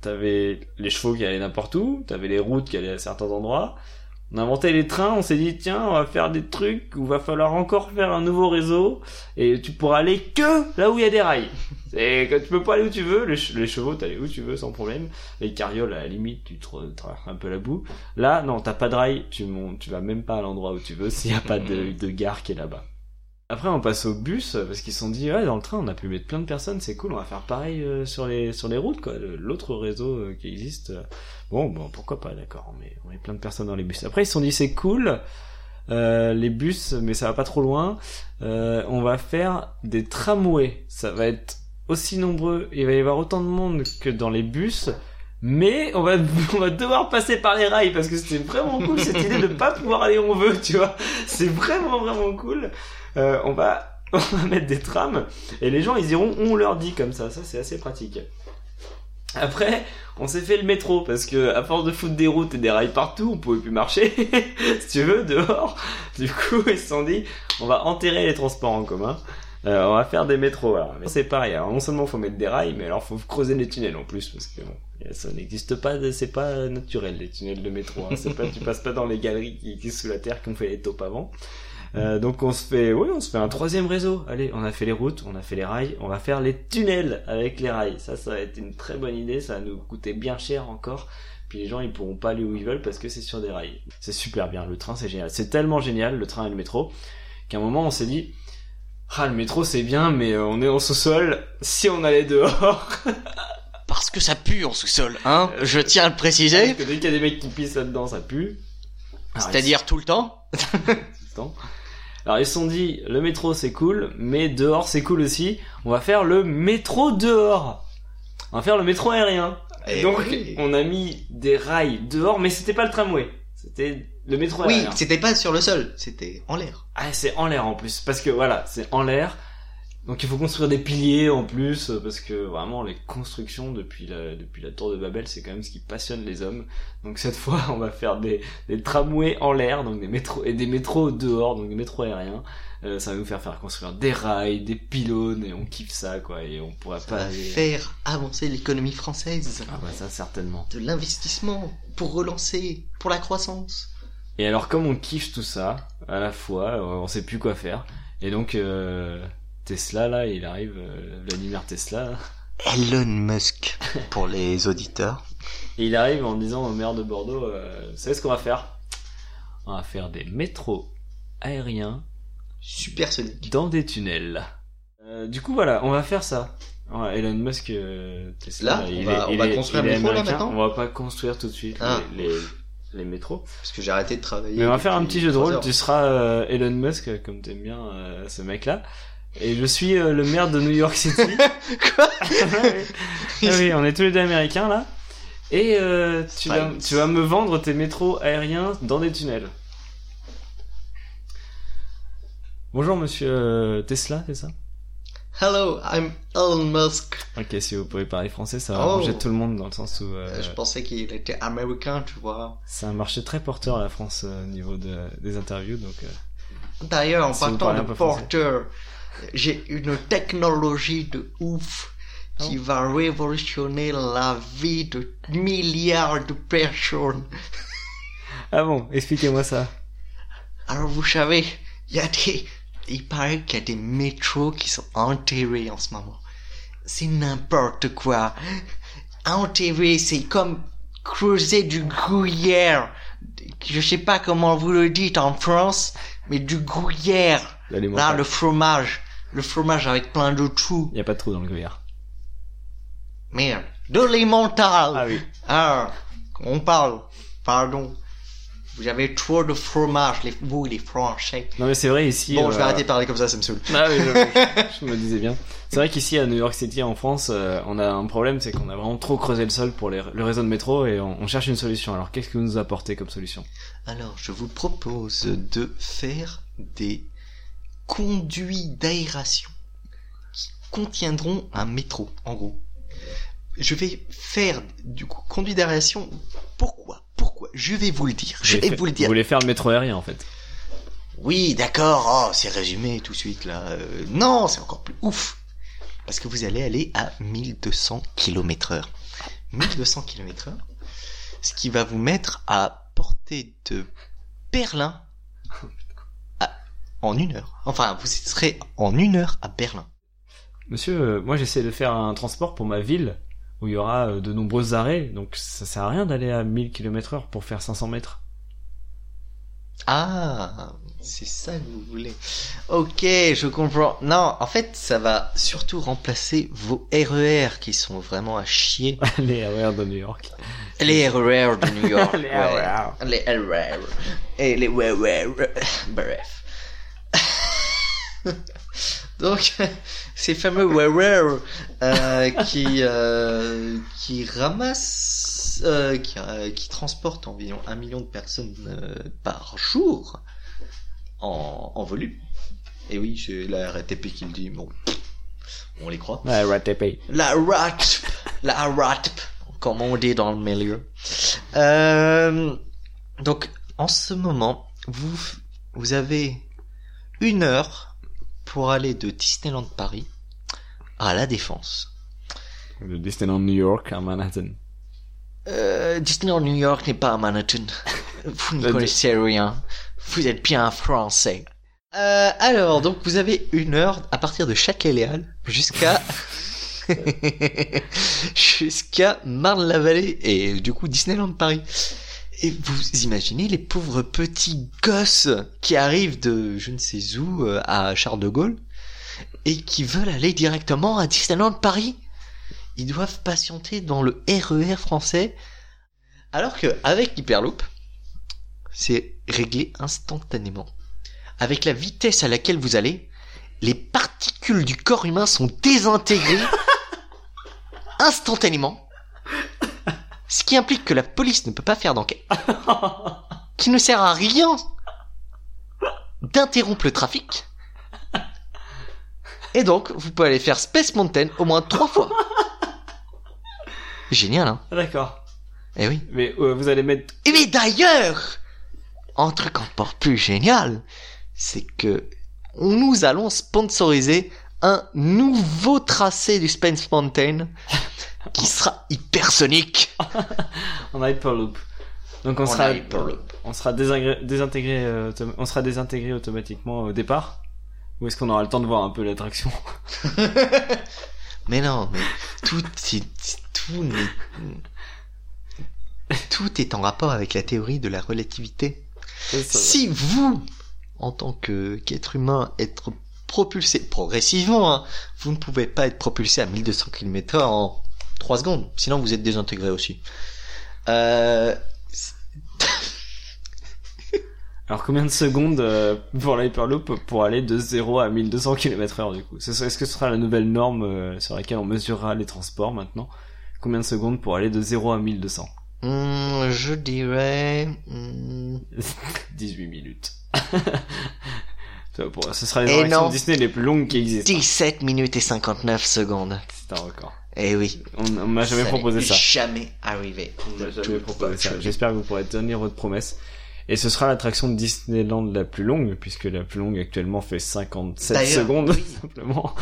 A: t'avais les chevaux qui allaient n'importe où, t'avais les routes qui allaient à certains endroits. On a inventé les trains, on s'est dit tiens, on va faire des trucs où va falloir encore faire un nouveau réseau et tu pourras aller que là où il y a des rails. Et tu peux pas aller où tu veux, les, che- les chevaux t'allais où tu veux sans problème. Les carrioles à la limite tu tra- traverses un peu la boue. Là non, t'as pas de rail, tu montes, tu vas même pas à l'endroit où tu veux [laughs] s'il y a pas de, de gare qui est là-bas. Après on passe au bus parce qu'ils se sont dit ouais dans le train on a pu mettre plein de personnes, c'est cool, on va faire pareil euh, sur les sur les routes quoi, le- l'autre réseau euh, qui existe. euh, Bon, bon, pourquoi pas, d'accord. On met, on met plein de personnes dans les bus. Après, ils se sont dit, c'est cool, euh, les bus, mais ça va pas trop loin. Euh, on va faire des tramways. Ça va être aussi nombreux. Il va y avoir autant de monde que dans les bus. Mais on va, [laughs] on va devoir passer par les rails parce que c'était vraiment cool cette idée de pas pouvoir aller où on veut, tu vois. C'est vraiment, vraiment cool. Euh, on va, [laughs] on va mettre des trams et les gens ils diront on leur dit comme ça. Ça c'est assez pratique. Après, on s'est fait le métro parce que à force de foutre des routes et des rails partout, on pouvait plus marcher, [laughs] si tu veux, dehors. Du coup, ils se sont dit, on va enterrer les transports en commun. Euh, on va faire des métros. Alors, Mais c'est pareil. Alors, non seulement faut mettre des rails, mais alors faut creuser les tunnels en plus parce que bon, ça n'existe pas, de- c'est pas naturel les tunnels de métro. Hein. C'est pas, tu passes pas dans les galeries qui, qui sont sous la terre qui ont fait les taupes avant. Euh, donc on se fait, oui, on se fait un troisième réseau. Allez, on a fait les routes, on a fait les rails, on va faire les tunnels avec les rails. Ça, ça va être une très bonne idée. Ça va nous coûter bien cher encore. Puis les gens, ils pourront pas aller où ils veulent parce que c'est sur des rails. C'est super bien. Le train, c'est génial. C'est tellement génial le train et le métro qu'à un moment, on s'est dit, ah, le métro, c'est bien, mais euh, on est en sous-sol. Si on allait dehors,
C: [laughs] Parce que ça pue en sous-sol, hein Je tiens à le préciser.
A: que Ah, dès qu'il y a des mecs qui pissent là-dedans, ça pue. Alors,
C: C'est-à-dire tout le temps
A: [laughs] tout le temps. Alors ils se sont dit, le métro c'est cool, mais dehors c'est cool aussi. On va faire le métro dehors. On va faire le métro aérien.
C: Eh
A: Donc
C: oui.
A: on a mis des rails dehors, mais c'était pas le tramway. C'était le métro
C: Oui,
A: aérien.
C: c'était pas sur le sol, c'était en l'air.
A: Ah, c'est en l'air en plus, parce que voilà, c'est en l'air. Donc il faut construire des piliers en plus, euh, parce que vraiment les constructions depuis la, depuis la tour de Babel, c'est quand même ce qui passionne les hommes. Donc cette fois, [laughs] on va faire des, des tramways en l'air, donc des métros et des métros dehors, donc des métros aériens. Euh, ça va nous faire faire construire des rails, des pylônes, et on kiffe ça, quoi. Et on pourra
C: Ça
A: pas
C: va
A: aller-
C: faire avancer l'économie française.
A: Ah bah ça certainement.
C: De l'investissement pour relancer, pour la croissance.
A: Et alors, comme on kiffe tout ça, à la fois, euh, on sait plus quoi faire. Et donc, euh, Tesla, là, il arrive, euh, Vladimir Tesla,
C: Elon Musk, pour les auditeurs.
A: et il arrive en disant au maire de Bordeaux, euh, vous savez ce qu'on va faire On va faire des métros aériens
C: Super Sonic.
A: dans des tunnels. Euh, du coup, voilà, on va faire ça. Ouais, Elon Musk, euh, Tesla,
C: Là, on
A: il
C: va-
A: est-
C: on
A: il
C: va
A: est-
C: construire
A: il
C: le
A: est
C: métro, là,
A: américain.
C: maintenant
A: On va pas construire tout de suite
C: Ah.
A: les, les, les métros.
C: Parce que j'ai arrêté de travailler.
A: Mais on va faire un petit jeu de
C: depuis
A: rôle.
C: trois
A: Tu
C: heures.
A: seras euh, Elon Musk, comme t'aimes bien euh, ce mec-là. Et je suis euh, le maire de New York City.
C: [laughs] Quoi
A: ah oui, on est tous les deux américains là. Et euh, tu, vas, tu vas me vendre tes métros aériens dans des tunnels. Bonjour monsieur euh, Tesla, c'est ça
C: Hello, I'm Elon Musk.
A: Ok, si vous pouvez parler français, ça va
C: Oh.
A: arranger tout le monde dans le sens où euh,
C: Euh, Je pensais qu'il était américain, tu vois.
A: c'est un marché très porteur la France euh, au niveau de- des interviews. Donc, euh,
C: D'ailleurs, en
A: Si vous
C: partant
A: parlez
C: de
A: un peu français.
C: porteur, j'ai une technologie de ouf qui
A: Oh.
C: va révolutionner la vie de milliards de personnes.
A: Ah bon, expliquez-moi ça.
C: Alors vous savez, il y a des... Il paraît qu'il y a des métros qui sont enterrés en ce moment. C'est n'importe quoi. Enterré, c'est comme creuser du gruyère. Je sais pas comment vous le dites en France, mais du gruyère. Là,
A: L'alimentation.
C: le fromage. Le fromage avec plein de trous.
A: Il n'y a pas de trou dans le gruyère.
C: Merde. De l'emmental.
A: Ah oui.
C: Ah, on parle. Pardon. Vous avez trop de fromage, les, vous, les Français.
A: Non mais c'est vrai ici.
C: Bon,
A: euh, [laughs]
C: je vais arrêter de parler comme ça, ça me saoule.
A: Ah oui, je, je me disais bien. C'est vrai qu'ici à New York City en France, euh, on a un problème, c'est qu'on a vraiment trop creusé le sol pour les- le réseau de métro et on, on cherche une solution. Alors qu'est-ce que vous nous apportez comme solution
C: Alors, je vous propose de faire des conduits d'aération qui contiendront un métro, en gros. Je vais faire du coup conduits d'aération. Pourquoi Pourquoi Je vais vous le dire. Je vais
A: fa-
C: vous le dire.
A: voulez faire le métro aérien en fait.
C: Oui, d'accord. Oh, c'est résumé tout de suite là. Euh, non, c'est encore plus ouf. Parce que vous allez aller à 1200 km/h. 1200 km/h. Ce qui va vous mettre à portée de Berlin à- en une heure. Enfin, vous serez en une heure à Berlin.
A: Monsieur, euh, moi j'essaie de faire un transport pour ma ville où il y aura euh, de nombreux arrêts, donc ça sert à rien d'aller à 1000 km heure pour faire 500 mètres. [laughs]
C: Ah, c'est ça que vous voulez. Ok, je comprends. Non, en fait, ça va surtout remplacer vos RER qui sont vraiment à chier.
A: Les RER de New York.
C: Les RER de New
A: [laughs]
C: York.
A: Les
C: ouais.
A: RER.
C: Les RER. Et les RER. Bref. [laughs] Donc, ces fameux RER euh, qui, euh, qui ramassent, euh, qui, euh, qui transportent environ un million de personnes euh, par jour en, en volume. Et oui, c'est la RATP qui le dit, bon, on les croit.
A: Ouais, RATP.
C: La RATP, la RATP, comme on dit dans le milieu. Euh, donc, en ce moment, vous, vous avez une heure pour aller de Disneyland Paris à La Défense.
A: Le Disneyland New York à Manhattan.
C: Euh, Disneyland New York n'est pas à Manhattan. Vous ne connaissez rien. Vous êtes bien un français. Euh, alors, donc vous avez une heure à partir de Châtelet-Léal jusqu'à jusqu'à Marne-la-Vallée et du coup Disneyland Paris. Et vous imaginez les pauvres petits gosses qui arrivent de je ne sais où euh, à Charles de Gaulle et qui veulent aller directement à Disneyland Paris. Ils doivent patienter dans le RER français alors que avec Hyperloop c'est réglé instantanément. Avec la vitesse à laquelle vous allez, les particules du corps humain sont désintégrées instantanément, ce qui implique que la police ne peut pas faire d'enquête, qui ne sert à rien d'interrompre le trafic. Et donc, vous pouvez aller faire Space Mountain au moins trois fois. Génial, hein
A: Ah, D'accord.
C: Eh oui.
A: Mais euh, vous allez mettre
C: et mais d'ailleurs, un truc encore plus génial, c'est que nous allons sponsoriser un nouveau tracé du
A: [laughs]
C: Space Mountain qui sera hypersonique.
A: en Hyperloop. Donc on
C: En
A: sera
C: Hyperloop.
A: on sera désingré- désintégré euh, autom- on sera désintégré automatiquement au départ. Ou est-ce qu'on aura le temps de voir un peu
C: [laughs]
A: l'attraction
C: Mais non, mais tout est, tout n'est- tout est en rapport avec la théorie de la relativité. Si vous, en tant que qu'être humain, être propulsé progressivement, hein, vous ne pouvez pas être propulsé à 1200 km en 3 secondes, sinon vous êtes désintégré aussi. Euh,
A: Alors combien de secondes euh, pour l'Hyperloop pour aller de 0 à 1200 km/h du coup Ce sera- Est-ce que ce sera la nouvelle norme euh, sur laquelle on mesurera les transports maintenant Combien de secondes pour aller de 0 à [laughs] 1200
C: hmm, je dirais... hmm,
A: 18 minutes. [laughs] Ça, pour- ce sera les
C: Eh
A: attractions
C: non.
A: Disney les plus longues qui existent.
C: 17 minutes et 59 secondes.
A: C'est un record.
C: Eh oui.
A: On, on m'a jamais
C: Ça
A: proposé
C: n'est
A: ça.
C: Jamais arrivé.
A: On m'a
C: De
A: jamais
C: toute
A: proposé ça.
C: façon.
A: J'espère que vous pourrez tenir votre promesse. Et ce sera l'attraction Disneyland la plus longue, puisque la plus longue actuellement fait 57
C: D'ailleurs,
A: secondes,
C: oui.
A: [laughs] simplement.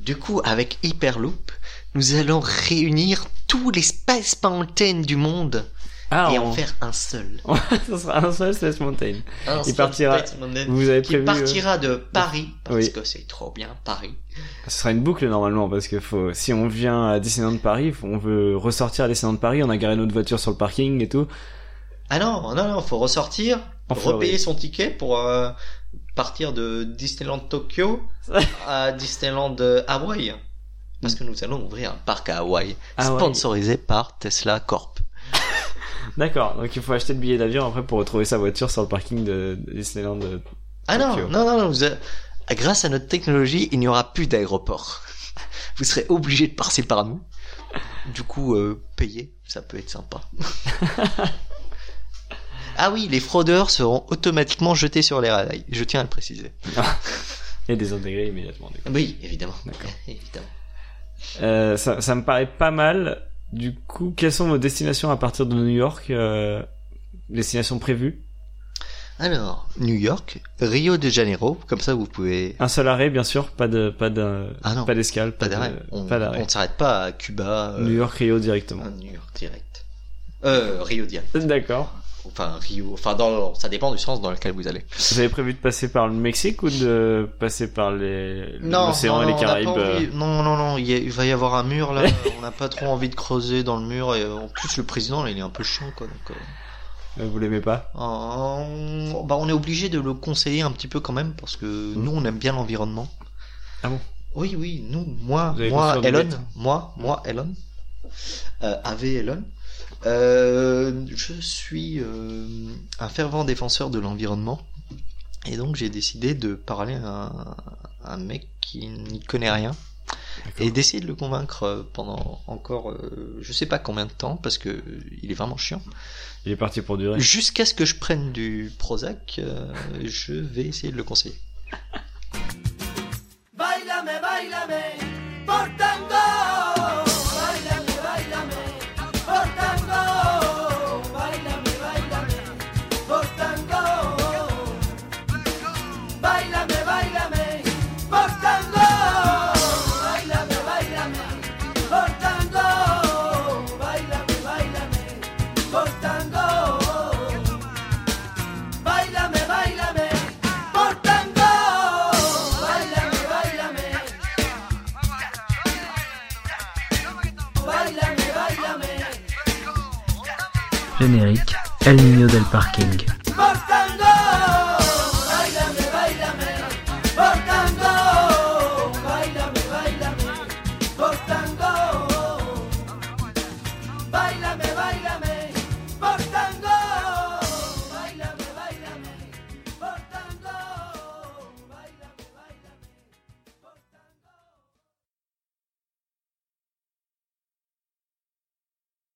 C: Du coup, avec Hyperloop, nous allons réunir tous les Space Mountain du monde
A: Ah,
C: et
A: on-
C: en faire un seul.
A: [laughs] ce sera un seul Space Mountain.
C: Un
A: Il
C: seul
A: partira.
C: Space Mountain
A: Vous avez
C: qui
A: prévu. euh,
C: partira de Paris parce
A: Oui.
C: que c'est trop bien Paris.
A: Ce sera une boucle normalement parce que faut, si on vient à Disneyland Paris, faut- on veut ressortir à Disneyland Paris, on a garé notre voiture sur le parking et tout.
C: Ah non, non, non, faut ressortir,
A: En
C: repayer
A: Floride.
C: son ticket pour euh, partir de Disneyland Tokyo à Disneyland euh, Hawaï.
A: Mm.
C: Parce que nous allons ouvrir un parc à Hawaï,
A: Ah ouais.
C: sponsorisé par Tesla Corp.
A: D'accord, donc il faut acheter le billet d'avion après pour retrouver sa voiture sur le parking de de Disneyland. euh,
C: Ah non, euh,
A: Tokyo.
C: non, non, non, vous avez- grâce à notre technologie, il n'y aura plus d'aéroport. [laughs] vous serez obligé de passer par nous. Du coup, euh, payer, ça peut
A: [laughs]
C: être sympa. ah oui, les fraudeurs seront automatiquement jetés sur les rails. Je tiens à le préciser.
A: Et désintégrés immédiatement. du coup.
C: Oui, évidemment.
A: [laughs] D'accord.
C: évidemment.
A: Euh, ça, ça me paraît pas mal. Du coup, quelles sont vos destinations à partir de New York euh, Destinations prévues
C: Alors, New York, Rio de Janeiro, comme ça vous pouvez.
A: Un seul arrêt, bien sûr. Pas de, pas d'un,
C: Ah non,
A: pas d'escale,
C: Pas
A: de-
C: d'arrêt. On
A: pas d'arrêt.
C: on ne s'arrête pas à Cuba. euh,
A: New York, Rio directement.
C: à New York direct. Euh, Rio direct.
A: D'accord.
C: Enfin, Rio. Enfin, dans, ça dépend du sens dans lequel vous allez.
A: Vous avez prévu de passer par le Mexique ou de passer par les l'océan et les
C: on n'a pas
A: Caraïbes
C: envie-
A: euh,
C: Non, non, non, il, y a- il va y avoir un mur
A: [laughs]
C: là. on n'a pas trop envie de creuser dans le mur. Et euh, en plus, le président, là, il est un peu chiant, quoi. Donc, euh,
A: Vous l'aimez pas
C: euh, on- bah, on est obligé de le conseiller un petit peu quand même parce que nous, on aime bien l'environnement.
A: Mmh. Ah bon
C: Oui, oui, nous, moi,
A: Vous avez
C: moi,
A: construit Mmh. une
C: Elon,
A: bête.
C: moi, moi, Elon, euh, AV Elon. Euh, je suis euh, un fervent défenseur de l'environnement et donc j'ai décidé de parler à un, à un mec qui n'y connaît rien et d'essayer de le convaincre euh, pendant encore euh, je sais pas combien de temps parce que euh, il est vraiment chiant.
A: Il est parti pour durer.
C: Jusqu'à ce que je prenne du Prozac, euh, je vais essayer de le conseiller.
B: Báilame, báilame, por tango. Báilame, báilame, por tango. Báilame, báilame, por tango. Báilame, báilame, por tango. Báilame, báilame, por tango. Báilame, báilame, por tango. Báilame, báilame, por tango. Báilame, báilame. Báilame, báilame.
K: Générique El Niño del Parking.